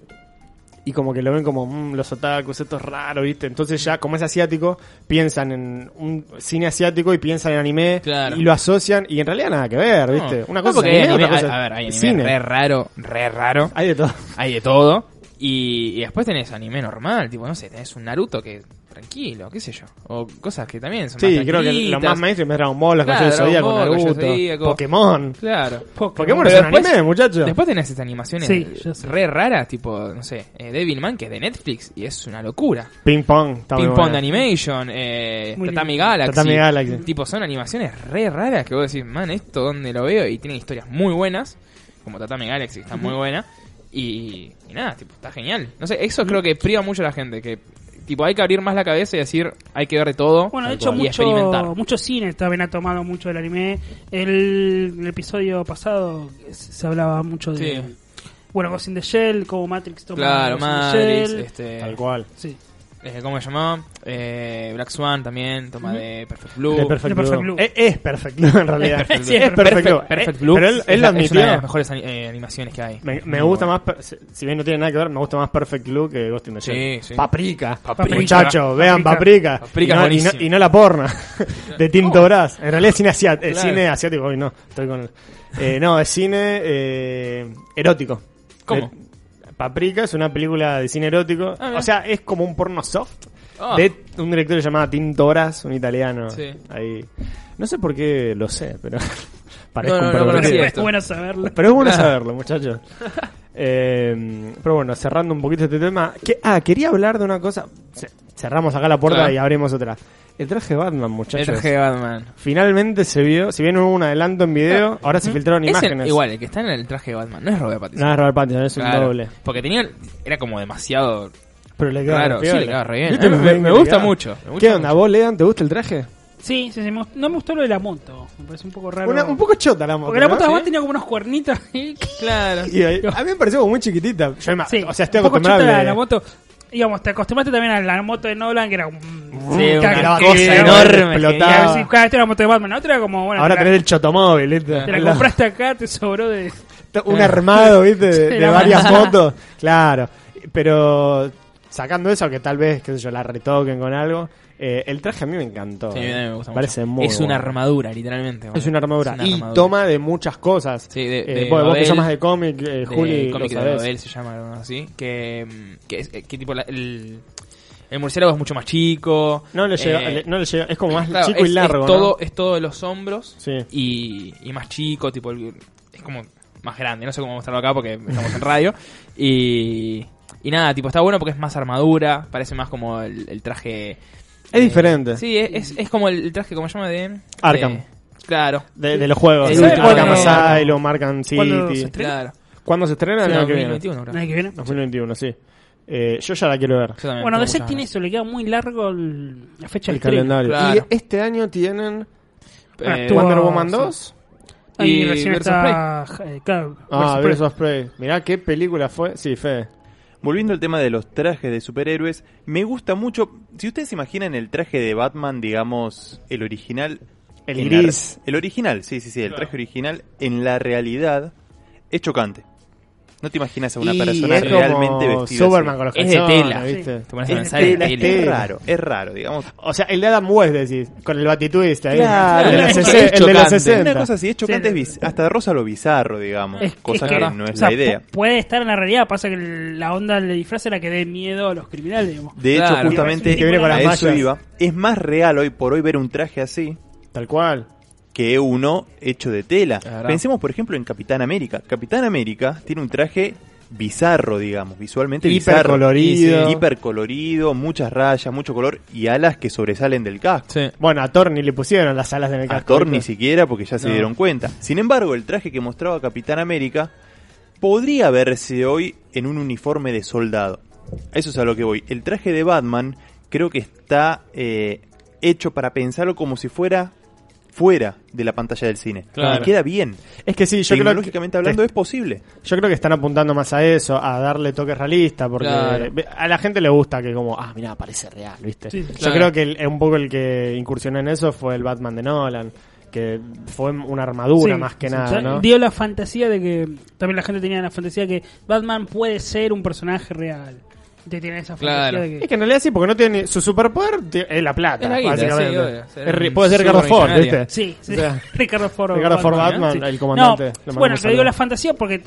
Speaker 1: y como que lo ven como "Mm, los otakus, esto es raro, ¿viste? Entonces ya, como es asiático, piensan en un cine asiático y piensan en anime
Speaker 2: Claro.
Speaker 1: y lo asocian y en realidad nada que ver, ¿viste?
Speaker 2: No,
Speaker 1: Una
Speaker 2: no,
Speaker 1: cosa
Speaker 2: porque
Speaker 1: es
Speaker 2: hay
Speaker 1: anime,
Speaker 2: anime-
Speaker 1: otra cosa
Speaker 2: a, a ver,
Speaker 1: es
Speaker 2: hay anime
Speaker 1: cine.
Speaker 2: re raro, re raro.
Speaker 1: Hay de todo.
Speaker 2: Hay de todo. Y, y después tenés anime normal, tipo, no sé, tenés un Naruto que tranquilo, qué sé yo. O cosas que también son
Speaker 1: Sí,
Speaker 2: más
Speaker 1: creo que lo
Speaker 2: tranquilitas.
Speaker 1: más mainstream es Dragon Ball, los
Speaker 2: Claro,
Speaker 1: Caballeros del
Speaker 2: Dragon
Speaker 1: Zodíaco,
Speaker 2: Ball, Caballeros
Speaker 1: Naruto,
Speaker 2: del Zodíaco.
Speaker 1: Pokémon.
Speaker 2: Claro.
Speaker 1: Pokémon
Speaker 2: Pero
Speaker 1: es un
Speaker 2: después-
Speaker 1: anime, muchacho.
Speaker 2: Después tenés estas animaciones
Speaker 3: Sí, ya sé.
Speaker 2: re raras, tipo, no sé, eh, Devilman, que es de Netflix, y es una locura.
Speaker 1: Ping Pong, está muy
Speaker 2: Ping Pong
Speaker 1: buena.
Speaker 2: de Animation, eh,
Speaker 3: Muy
Speaker 2: Tatami
Speaker 3: lindo.
Speaker 2: Galaxy.
Speaker 1: Tatami Galaxy.
Speaker 2: Tipo, son animaciones re raras que vos decís, man, esto donde lo veo y tienen historias muy buenas, como Tatami Galaxy, que está muy buena. Y, y nada, tipo, está genial. No sé, eso creo que
Speaker 3: Mm.
Speaker 2: priva mucho a la gente, que tipo hay que abrir más la cabeza y decir, hay que ver de todo
Speaker 3: Bueno, de
Speaker 2: tal
Speaker 3: hecho,
Speaker 2: cual, y experimentar.
Speaker 3: mucho, mucho cine también ha tomado mucho del anime. El, el episodio pasado se- se hablaba mucho de.
Speaker 2: Sí.
Speaker 3: Bueno, Ghost in the Shell, como Matrix toma.
Speaker 2: Claro,
Speaker 3: Ghost in the
Speaker 2: Matrix,
Speaker 3: Shell.
Speaker 2: este,
Speaker 1: Tal cual.
Speaker 3: Sí.
Speaker 2: eh, ¿cómo se llamaba? Eh, Black Swan también, toma de Perfect Blue.
Speaker 1: De Perfect
Speaker 3: de Perfect
Speaker 1: Blue.
Speaker 3: Blue.
Speaker 1: Es, es Perfect Blue en realidad.
Speaker 2: Perfect
Speaker 1: es
Speaker 2: Blue.
Speaker 1: Perfect, Blue.
Speaker 2: Perfect
Speaker 1: Eh,
Speaker 2: Blue
Speaker 1: Pero él, él lo
Speaker 2: es, la- es una de
Speaker 1: admitió.
Speaker 2: las mejores ani- eh, animaciones que hay.
Speaker 1: Me, me
Speaker 2: Muy
Speaker 1: gusta
Speaker 2: buena.
Speaker 1: más, per- si- si bien no tiene nada que ver, me gusta más Perfect Blue que Ghost in the Shell.
Speaker 2: Sí, sí.
Speaker 1: Paprika.
Speaker 2: Paprika.
Speaker 1: Muchachos, vean Paprika. y, no, y
Speaker 2: Paprika es
Speaker 1: no-
Speaker 2: buenísimo.
Speaker 1: y no la porna de Tinto Brass. En realidad es cine, asiat- eh,
Speaker 2: Claro.
Speaker 1: cine asiático. Hoy no, estoy con. eh, no, es cine eh, erótico.
Speaker 2: ¿Cómo?
Speaker 1: Eh, Paprika es una película de cine erótico.
Speaker 2: Ah, mira.
Speaker 1: o sea, es como un porno soft
Speaker 2: Ah.
Speaker 1: de un director llamado Tinto Brass, un italiano.
Speaker 2: Sí.
Speaker 1: Ahí. No sé por qué lo sé, pero parezco
Speaker 2: No, no,
Speaker 1: un
Speaker 2: no
Speaker 1: pervertido.
Speaker 2: conocía
Speaker 3: Es
Speaker 2: esto.
Speaker 3: bueno saberlo.
Speaker 1: Pero es bueno
Speaker 2: Claro.
Speaker 1: saberlo, muchachos. Eh, pero bueno, cerrando un poquito este tema. Que, ah, quería hablar de una cosa. Ce- Cerramos acá la puerta
Speaker 2: Claro.
Speaker 1: y abrimos otra. El traje de Batman,
Speaker 2: El
Speaker 1: muchachos.
Speaker 2: traje de Batman.
Speaker 1: Finalmente se vio, si bien hubo un adelanto en video, ahora se filtraron
Speaker 2: Es el-
Speaker 1: imágenes.
Speaker 2: Ah, igual, el que está en el traje de Batman no es Robert Pattinson.
Speaker 1: No es Robert Pattinson, es un
Speaker 2: Claro,
Speaker 1: doble.
Speaker 2: Porque tenía. Era como demasiado.
Speaker 1: Pero le queda
Speaker 2: Claro,
Speaker 1: re
Speaker 2: sí,
Speaker 1: piola.
Speaker 2: le queda re bien.
Speaker 1: ¿Viste?
Speaker 2: A mí me- me
Speaker 1: le
Speaker 2: gusta
Speaker 1: queda.
Speaker 2: mucho, me gusta
Speaker 1: ¿Qué onda?
Speaker 2: mucho.
Speaker 1: ¿Vos, Lean, te gusta el traje?
Speaker 3: Sí, sí, sí, me gust- no me gustó lo de la moto. Me parece un poco raro.
Speaker 1: Una- un poco chota la moto.
Speaker 3: Porque la
Speaker 1: ¿no?
Speaker 3: moto además
Speaker 1: Sí.
Speaker 3: tenía como unos cuernitos. y-
Speaker 2: Claro.
Speaker 1: Y ahí- a mí me pareció como muy chiquitita. Yo ima-
Speaker 3: Sí,
Speaker 1: Ah, o sea, estoy
Speaker 3: un poco
Speaker 1: acostumbrado
Speaker 3: chota
Speaker 1: a
Speaker 3: la, la moto. Digamos, te acostumbraste también a la moto de Nolan, que era un.
Speaker 2: Sí,
Speaker 3: caga-
Speaker 1: una
Speaker 3: que-
Speaker 1: cosa
Speaker 3: que-
Speaker 1: enorme,
Speaker 3: que-
Speaker 1: explotaba.
Speaker 3: que- sí, cada vez era la moto de Batman, la otra era como. Bueno,
Speaker 1: Ahora
Speaker 3: te
Speaker 1: tenés
Speaker 3: la,
Speaker 1: el chotomóvil, ¿viste?
Speaker 3: te la compraste acá, te sobró de.
Speaker 1: un armado, ¿viste? De, de
Speaker 3: Era
Speaker 1: varias
Speaker 3: una-
Speaker 1: motos. Claro. Pero sacando eso, que tal vez, qué sé yo, la retoquen con algo. eh, el traje a mí me encantó.
Speaker 2: Sí, a mí también me gusta
Speaker 1: Parece
Speaker 2: mucho.
Speaker 1: muy
Speaker 2: es una
Speaker 1: bueno.
Speaker 2: armadura, literalmente. boludo.
Speaker 1: Es una armadura.
Speaker 2: Es una
Speaker 1: y
Speaker 2: armadura.
Speaker 1: toma de muchas cosas.
Speaker 2: Sí, de-
Speaker 1: Eh,
Speaker 2: de
Speaker 1: vos, vos que
Speaker 2: Babel,
Speaker 1: llamas de cómic, eh,
Speaker 2: de
Speaker 1: Juli,
Speaker 2: cómic
Speaker 1: lo
Speaker 2: de
Speaker 1: sabés.
Speaker 2: Babel se llama algo así. Que, mm, que, es- eh, que tipo la- el, el murciélago es mucho más chico.
Speaker 1: No le llega,
Speaker 2: eh,
Speaker 1: le- no le llega. Es como más
Speaker 2: claro,
Speaker 1: chico
Speaker 2: es,
Speaker 1: y largo,
Speaker 2: Es
Speaker 1: ¿no?
Speaker 2: todo, es todo de los hombros
Speaker 1: Sí.
Speaker 2: y, y más chico, tipo el- es como más grande. No sé cómo mostrarlo acá porque estamos en radio. Y, y nada, tipo está bueno porque es más armadura, parece más como el, el traje. eh,
Speaker 1: Es diferente.
Speaker 2: Sí, es, es- es como el, el traje, como se llama, de
Speaker 1: Arkham.
Speaker 2: de- eh, claro.
Speaker 1: De, de los juegos.
Speaker 2: Sí,
Speaker 1: ¿no?
Speaker 2: ¿sabes
Speaker 1: Arkham
Speaker 2: cuándo-
Speaker 1: Asylum, Arkham
Speaker 3: cuándo se
Speaker 1: City.
Speaker 3: estrena?
Speaker 2: Claro.
Speaker 1: ¿Cuándo se estrena? El
Speaker 2: Sí,
Speaker 1: año que viene.
Speaker 2: 2021, creo.
Speaker 3: Nadie que viene.
Speaker 1: 2021, sí. Eh, yo ya la quiero ver.
Speaker 2: Yo también
Speaker 3: Bueno,
Speaker 2: tengo
Speaker 3: DC
Speaker 2: muchas
Speaker 3: tiene eso, le queda muy largo el- la fecha
Speaker 1: El
Speaker 3: de estreno.
Speaker 1: calendario.
Speaker 2: Claro.
Speaker 1: Y este año tienen
Speaker 2: ganas.
Speaker 3: Ah,
Speaker 2: Eh,
Speaker 3: tú-
Speaker 1: Wonder
Speaker 3: Wow,
Speaker 1: Woman
Speaker 3: sí.
Speaker 1: 2.
Speaker 3: Ahí
Speaker 2: Y
Speaker 3: recién
Speaker 2: Birds
Speaker 3: está. eh, claro,
Speaker 1: Ah,
Speaker 3: Birds
Speaker 1: Birds
Speaker 3: of Prey.
Speaker 1: of Prey. Mirá qué película fue. Sí, Fede.
Speaker 4: Volviendo al tema de los trajes de superhéroes, me gusta mucho. Si ustedes se imaginan el traje de Batman, digamos, el original.
Speaker 1: El
Speaker 4: en la-
Speaker 1: gris.
Speaker 4: el original, sí, sí, sí, el traje original, en la realidad, es chocante. No te imaginas a una
Speaker 1: Y
Speaker 4: persona
Speaker 1: es como
Speaker 4: realmente vestida.
Speaker 1: Superman
Speaker 4: así.
Speaker 1: con los
Speaker 2: Es de
Speaker 1: calzones,
Speaker 2: tela.
Speaker 1: ¿viste?
Speaker 2: Te pones a
Speaker 4: Es,
Speaker 2: pensar en
Speaker 4: tela,
Speaker 2: la
Speaker 4: es
Speaker 2: tele.
Speaker 4: raro, es raro, digamos.
Speaker 1: O sea, el de Adam West, decís. Con el batituist ahí. el,
Speaker 4: Claro,
Speaker 1: de
Speaker 2: claro,
Speaker 1: los
Speaker 2: es
Speaker 1: sesen- el de los
Speaker 2: chocante.
Speaker 1: 60.
Speaker 4: Una cosa así, es chocante,
Speaker 3: Sí,
Speaker 4: es bis- hasta rosa lo bizarro, digamos.
Speaker 3: Es-
Speaker 4: cosa
Speaker 3: es
Speaker 4: que,
Speaker 2: que-
Speaker 4: no
Speaker 3: O
Speaker 4: es
Speaker 3: sea,
Speaker 4: la idea.
Speaker 3: pu- Puede estar en la realidad, pasa que el- la onda del disfraz era que dé miedo a los criminales, digamos.
Speaker 4: De
Speaker 2: Claro.
Speaker 4: hecho, justamente
Speaker 1: Que viene con las
Speaker 4: a eso
Speaker 1: mallas.
Speaker 4: iba. Es más real hoy por hoy ver un traje así
Speaker 1: Tal cual.
Speaker 4: que uno hecho de tela.
Speaker 2: Claro.
Speaker 4: Pensemos, por ejemplo, en Capitán América. Capitán América tiene un traje bizarro, digamos, visualmente
Speaker 1: Hipercolorido.
Speaker 4: bizarro. Hipercolorido, muchas rayas, mucho color y alas que sobresalen del casco.
Speaker 2: Sí.
Speaker 1: Bueno, a Thor ni le pusieron las alas del
Speaker 4: A
Speaker 1: casco.
Speaker 4: Thor ni siquiera porque ya se
Speaker 2: No.
Speaker 4: dieron cuenta. Sin embargo, el traje que mostraba Capitán América podría verse hoy en un uniforme de soldado. A Eso es a lo que voy. El traje de Batman creo que está eh, hecho para pensarlo como si fuera fuera de la pantalla del cine.
Speaker 2: Claro.
Speaker 4: Y queda bien.
Speaker 1: Es que sí, yo creo que,
Speaker 4: Tecnológicamente hablando es posible.
Speaker 1: yo creo que están apuntando más a eso, a darle toque realista, porque
Speaker 2: Claro.
Speaker 1: ve- a la gente le gusta que como, ah, mira, parece real, ¿viste?
Speaker 3: Sí,
Speaker 1: Yo
Speaker 2: claro.
Speaker 1: creo que el- un poco el que incursionó en eso fue el Batman de Nolan, que fue una armadura
Speaker 3: Sí,
Speaker 1: más que
Speaker 3: sí,
Speaker 1: nada,
Speaker 3: ya
Speaker 1: ¿no?
Speaker 3: Dio la fantasía de que. También la gente tenía la fantasía de que Batman puede ser un personaje real. Te tiene esa fantasía
Speaker 2: Claro.
Speaker 3: de
Speaker 1: Es
Speaker 3: que.
Speaker 1: que en realidad sí, porque no tiene su superpoder, ti- es la plata,
Speaker 2: Es la guita, sí,
Speaker 1: básicamente.
Speaker 2: obvio. Ser
Speaker 1: Es ri-
Speaker 2: un
Speaker 1: puede ser Carlos Ford,
Speaker 2: supermillonario.
Speaker 1: ¿viste?
Speaker 3: Sí, sí.
Speaker 1: O sea,
Speaker 3: Ricardo Ford.
Speaker 1: Ricardo Ford Batman,
Speaker 3: ¿no?
Speaker 1: el comandante. Le
Speaker 3: No,
Speaker 1: mandamos
Speaker 3: bueno, te digo
Speaker 1: saludos.
Speaker 3: la fantasía porque.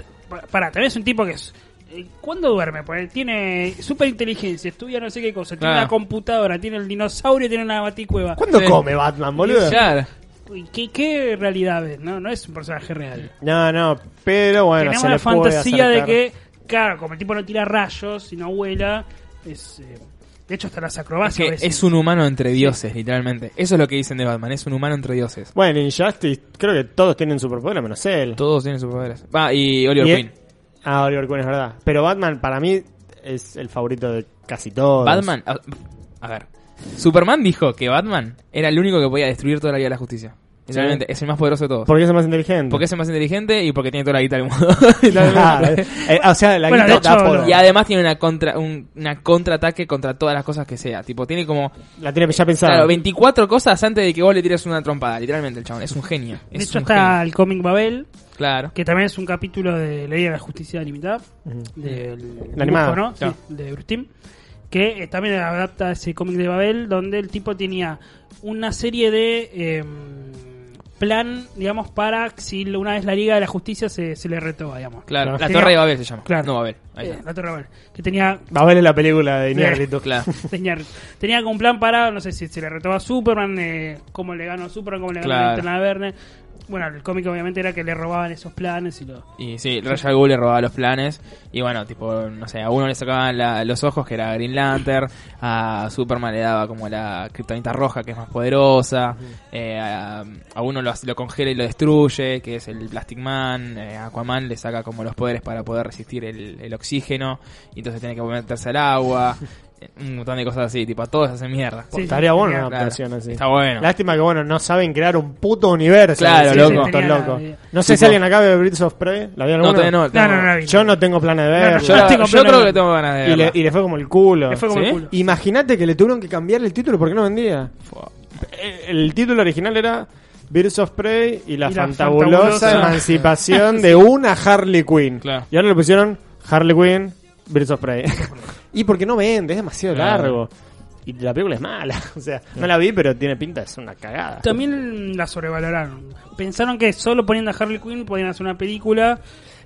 Speaker 3: Para, también es un tipo que es. eh, ¿Cuándo duerme? Porque tiene superinteligencia, estudia no sé qué cosa, tiene
Speaker 2: Claro.
Speaker 3: una computadora, tiene el dinosaurio, tiene una baticueva.
Speaker 1: ¿Cuándo
Speaker 2: Sí.
Speaker 1: come Batman, boludo?
Speaker 2: Claro.
Speaker 3: Uy, ¿Qué, qué realidad ves? No, no es un personaje real.
Speaker 1: No, no, pero bueno,
Speaker 3: Tenemos
Speaker 1: se
Speaker 3: la
Speaker 1: le puede
Speaker 3: fantasía de
Speaker 1: acercar.
Speaker 3: que, claro, como el tipo no tira rayos, sino vuela, es, eh, de hecho hasta las
Speaker 2: Es, que
Speaker 3: acrobacias. a veces.
Speaker 2: es un humano entre dioses, literalmente. Eso es lo que dicen de Batman, es un humano entre dioses.
Speaker 1: Bueno, Injustice, creo que todos tienen superpoder, menos él.
Speaker 2: Todos tienen sus poderes. Va, y Oliver
Speaker 1: Y-
Speaker 2: Queen.
Speaker 1: Ah, Oliver Queen es verdad. Pero Batman para mí es el favorito de casi todos.
Speaker 2: Batman. A, a ver. Superman dijo que Batman era el único que podía destruir toda la Liga de la Justicia. Literalmente, es el más poderoso de todos.
Speaker 1: Porque es el más inteligente.
Speaker 2: Porque es el más inteligente y porque tiene toda la guita del mundo.
Speaker 1: Claro, eh, o sea, la
Speaker 3: Bueno,
Speaker 1: guita
Speaker 3: de hecho,
Speaker 1: da por-
Speaker 2: y además tiene una contra un una contraataque contra todas las cosas que sea. Tipo, tiene como
Speaker 1: la tiene ya pensada.
Speaker 2: claro, 24 cosas antes de que vos le tires una trompada. Literalmente, el chabón es un genio.
Speaker 3: de
Speaker 2: Es
Speaker 3: hecho
Speaker 2: un
Speaker 3: está el cómic Babel,
Speaker 2: genio. Claro.
Speaker 3: que también es un capítulo de Ley de la Justicia Limitada,
Speaker 1: Ujú.
Speaker 3: del dibujo,
Speaker 1: animada,
Speaker 3: ¿no?
Speaker 1: claro.
Speaker 3: Sí, de Bruce Timm, que eh, también adapta ese cómic de Babel, donde el tipo tenía una serie de eh, plan, digamos, para si una vez la Liga de la Justicia se, se le retó, digamos.
Speaker 2: Claro. La
Speaker 3: Tenía-
Speaker 2: Torre de Babel se llama.
Speaker 3: Claro.
Speaker 2: No Babel. Ahí
Speaker 3: Eh,
Speaker 2: está.
Speaker 3: la Torre de Babel, que tenía
Speaker 1: Babel es la película de
Speaker 3: Eh.
Speaker 1: Iñárritu.
Speaker 2: Claro.
Speaker 3: Señor, tenía como un plan para, no sé si se le retó a Superman, eh, cómo le ganó a Superman, cómo le ganó
Speaker 2: Claro.
Speaker 3: a Linterna Verne. Bueno, el cómic obviamente era que le robaban esos planes y lo...
Speaker 2: Y sí, Royal Ghoul le robaba los planes. Y bueno, tipo, no sé, a uno le sacaban la- los ojos, que era Green Lantern. A Superman le daba como la kriptonita roja, que es más poderosa. eh, a, a uno lo, hace- lo congela y lo destruye, que es el Plastic Man. eh, a Aquaman le saca como los poderes para poder resistir el, el oxígeno. Y entonces tiene que meterse al agua. eh, un montón de cosas así, tipo, a todos hacen mierda.
Speaker 3: Sí,
Speaker 1: Estaría bueno una
Speaker 3: tenía-
Speaker 2: Claro.
Speaker 1: adaptación así.
Speaker 2: Está bueno.
Speaker 1: Lástima que, bueno, no saben crear un puto universo.
Speaker 2: Claro,
Speaker 1: Sí,
Speaker 2: loco.
Speaker 1: sí,
Speaker 2: Sí,
Speaker 1: estos
Speaker 3: tenía
Speaker 1: locos.
Speaker 3: la-
Speaker 1: No sé
Speaker 2: Tipo-
Speaker 1: si alguien acá ve Brits of Prey. ¿La vieron
Speaker 2: No,
Speaker 1: alguna?
Speaker 2: todavía no.
Speaker 3: No,
Speaker 2: todavía
Speaker 3: no, no, la vi.
Speaker 1: Yo no tengo planes de verla.
Speaker 2: Yo,
Speaker 3: No estoy
Speaker 2: yo
Speaker 3: comprando
Speaker 2: creo
Speaker 3: nada.
Speaker 2: que tengo ganas de
Speaker 1: Y le,
Speaker 2: verla.
Speaker 1: y le fue como el culo.
Speaker 3: Le fue como
Speaker 2: ¿Sí?
Speaker 3: el culo.
Speaker 1: Imagínate que le tuvieron que cambiarle el título porque no vendía. Eh, El título original era Birds of Prey y la,
Speaker 3: Y la
Speaker 1: fantabulosa,
Speaker 3: fantabulosa.
Speaker 1: emancipación de una Harley Quinn.
Speaker 2: Claro.
Speaker 1: Y ahora le pusieron Harley Quinn, Birds of Prey. y porque no vende, es demasiado
Speaker 2: Claro.
Speaker 1: largo. Y la película es mala. O sea, no la vi, pero tiene pinta, es una cagada.
Speaker 3: También la sobrevaloraron. Pensaron que solo poniendo a Harley Quinn podían hacer una película.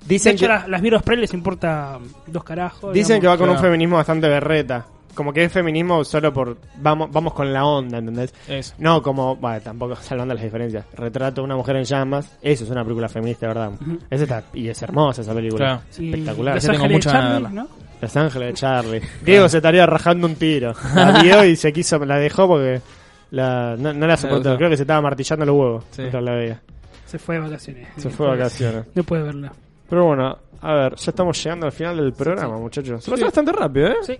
Speaker 1: Dicen
Speaker 3: de hecho,
Speaker 1: que-
Speaker 3: las, las Vieros Prey les importa dos carajos.
Speaker 1: Dicen que va
Speaker 3: digamos.
Speaker 1: con un
Speaker 2: claro.
Speaker 1: feminismo bastante berreta. Como que es feminismo solo por. Vamos, vamos con la onda, ¿entendés?
Speaker 2: Eso.
Speaker 1: No, como, bueno, tampoco salvando las diferencias. Retrato a una mujer en llamas, eso es una película feminista, ¿verdad? Esa está, y es hermosa esa película.
Speaker 2: Claro.
Speaker 1: Es
Speaker 3: Y
Speaker 1: Espectacular.
Speaker 3: Los
Speaker 2: Yo tengo
Speaker 3: Ángeles
Speaker 2: muchas ganas de
Speaker 3: Charlie, ¿no?
Speaker 1: Los Ángeles de Charlie. Diego se estaría rajando un tiro. La vio y se quiso, la dejó porque la, no, no la soportó.
Speaker 2: gustó.
Speaker 1: Creo que se estaba martillando los huevos
Speaker 2: Sí.
Speaker 1: mientras la veía.
Speaker 3: Se fue de vacaciones.
Speaker 1: Se fue de vacaciones.
Speaker 3: No puede verla.
Speaker 1: Pero bueno, a ver, ya estamos llegando al final del programa, muchachos. Se pasó bastante rápido, ¿eh?
Speaker 3: Sí.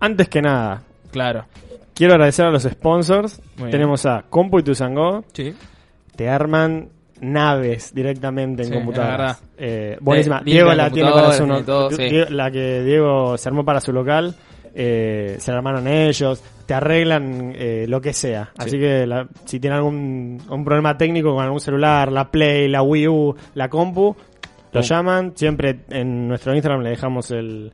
Speaker 1: Antes que nada,
Speaker 2: Claro.
Speaker 1: Quiero agradecer a los sponsors.
Speaker 2: Muy bien.
Speaker 1: Tenemos a Compu y Tuzango.
Speaker 2: Sí.
Speaker 1: Te arman naves directamente en
Speaker 2: Sí,
Speaker 1: computadoras.
Speaker 2: es verdad.
Speaker 1: Eh, buenísima.
Speaker 2: Eh,
Speaker 1: Diego la
Speaker 2: limpia
Speaker 1: tiene para su
Speaker 2: computadoras, tiene todo,
Speaker 1: Di-
Speaker 2: sí.
Speaker 1: Diego- la que Diego se armó para su local. eh, se la armaron ellos. Te arreglan eh, lo que sea. Así que la- si tienen algún un problema técnico con algún celular, la Play, la Wii U, la compu, lo
Speaker 2: Pum.
Speaker 1: llaman. Siempre en nuestro Instagram le dejamos el,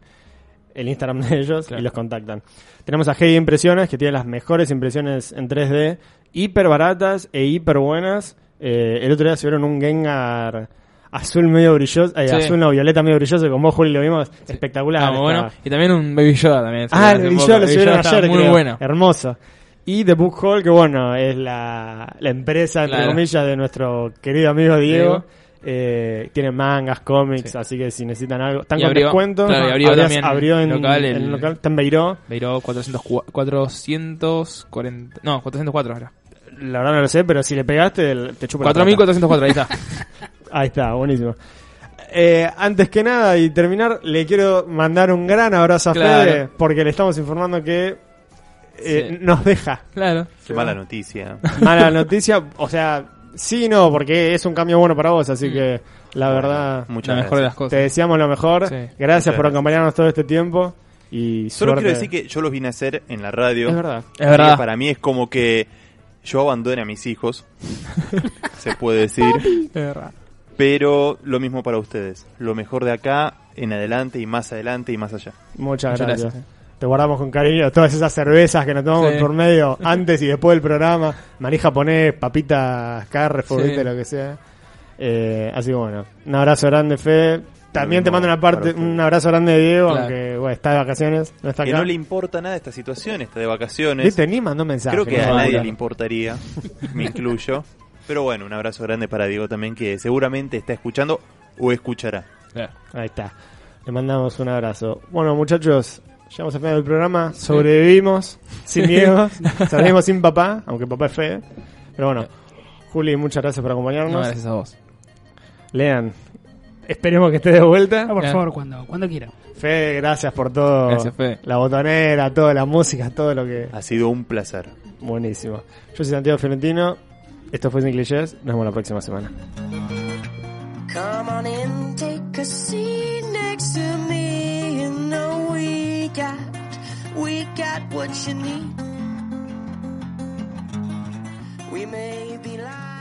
Speaker 1: el Instagram de ellos
Speaker 2: Claro.
Speaker 1: y los contactan. Tenemos a Heidi Impresiones, que tiene las mejores impresiones en 3D, hiper baratas e hiper buenas. Eh, el otro día subieron un Gengar azul medio brilloso, eh,
Speaker 2: Sí.
Speaker 1: azul no, violeta medio brilloso, con vos, Juli, lo vimos espectacular.
Speaker 2: Ah, muy bueno.
Speaker 1: estaba.
Speaker 2: Y también un Baby Yoda también.
Speaker 1: Ah, el
Speaker 2: Hace
Speaker 1: Baby
Speaker 2: poco.
Speaker 1: Yoda lo
Speaker 2: Baby
Speaker 1: subieron
Speaker 2: Yoda estaba
Speaker 1: ayer,
Speaker 2: Muy
Speaker 1: creo.
Speaker 2: bueno.
Speaker 1: Hermoso. Y The Book Hall, que bueno, es la, la empresa, entre
Speaker 2: Claro.
Speaker 1: comillas, de nuestro querido amigo Diego.
Speaker 2: Diego.
Speaker 1: Eh, tienen mangas, cómics,
Speaker 2: Sí.
Speaker 1: así que si necesitan algo. Están
Speaker 2: Y
Speaker 1: con
Speaker 2: abrió-
Speaker 1: descuento.
Speaker 2: claro, y abrió
Speaker 1: Abrió-
Speaker 2: también
Speaker 1: abrió en
Speaker 2: local
Speaker 1: local.
Speaker 2: el-
Speaker 1: En local. Está en Beiró.
Speaker 2: Beiró 400, 440. No, 404 era.
Speaker 1: La verdad no lo sé, pero si le pegaste, el- te chupa la plata.
Speaker 2: 4404, ahí está.
Speaker 1: Ahí está, buenísimo. Eh, antes que nada y terminar, le quiero mandar un gran abrazo a
Speaker 2: Claro.
Speaker 1: Fede porque le estamos informando que eh,
Speaker 2: Sí.
Speaker 1: nos deja.
Speaker 2: Claro.
Speaker 4: Qué mala noticia.
Speaker 1: Mala noticia, o sea, sí y no, porque es un cambio bueno para vos, así que la verdad,
Speaker 4: Muchas
Speaker 2: La mejor de
Speaker 4: gracias.
Speaker 2: las cosas.
Speaker 1: te deseamos lo mejor.
Speaker 2: Sí.
Speaker 1: Gracias
Speaker 4: Muchas
Speaker 1: por
Speaker 4: gracias.
Speaker 1: acompañarnos todo este tiempo y
Speaker 4: Solo quiero
Speaker 1: suerte.
Speaker 4: decir que yo los vine a hacer en la radio.
Speaker 1: es verdad.
Speaker 2: Es
Speaker 4: Así
Speaker 2: verdad.
Speaker 4: que Para mí es como que yo abandone a mis hijos, se puede decir.
Speaker 2: Es verdad.
Speaker 4: Pero lo mismo para ustedes. Lo mejor de acá, en adelante y más adelante y más allá.
Speaker 1: Muchas,
Speaker 2: Muchas
Speaker 1: gracias.
Speaker 2: gracias.
Speaker 1: Te guardamos con cariño todas esas cervezas que nos tomamos
Speaker 2: Sí.
Speaker 1: por medio antes y después del programa. Maní japonés, papitas, Carrefour,
Speaker 2: Sí.
Speaker 1: viste, lo que sea. Eh, así que bueno, un abrazo grande, Fe. También te mando una parte,
Speaker 4: para ustedes.
Speaker 1: un abrazo grande, Diego,
Speaker 2: Claro.
Speaker 1: aunque bueno, está de vacaciones. No está
Speaker 4: Que
Speaker 1: acá.
Speaker 4: no le importa nada esta situación, está de vacaciones.
Speaker 1: Viste, ni mandó mensaje.
Speaker 4: Creo que
Speaker 1: no,
Speaker 4: a
Speaker 1: no,
Speaker 4: nadie
Speaker 1: no.
Speaker 4: le importaría, me incluyo. Pero bueno, un abrazo grande para Diego también, que seguramente está escuchando o escuchará.
Speaker 2: Claro.
Speaker 1: Ahí está. Le mandamos un abrazo. Bueno, muchachos, llegamos al final del programa. Sobrevivimos sin Diego. Salimos sin papá, aunque papá es Fede. Pero bueno, Juli, muchas gracias por
Speaker 2: No,
Speaker 1: acompañarnos.
Speaker 2: gracias a vos.
Speaker 1: Lean, esperemos que estés de vuelta.
Speaker 3: Ah, por
Speaker 2: Claro.
Speaker 3: favor, cuando, cuando quiera.
Speaker 1: Fede, gracias por todo.
Speaker 2: Gracias, Fede.
Speaker 1: La botonera, toda la música, todo lo que.
Speaker 4: Ha sido un placer.
Speaker 1: Buenísimo. Yo soy Santiago Fiorentino. Esto fue Sin Clichés. Nos vemos la próxima semana.
Speaker 5: Come on in, take a seat next to me. You know we got, we got what you need. We may be like.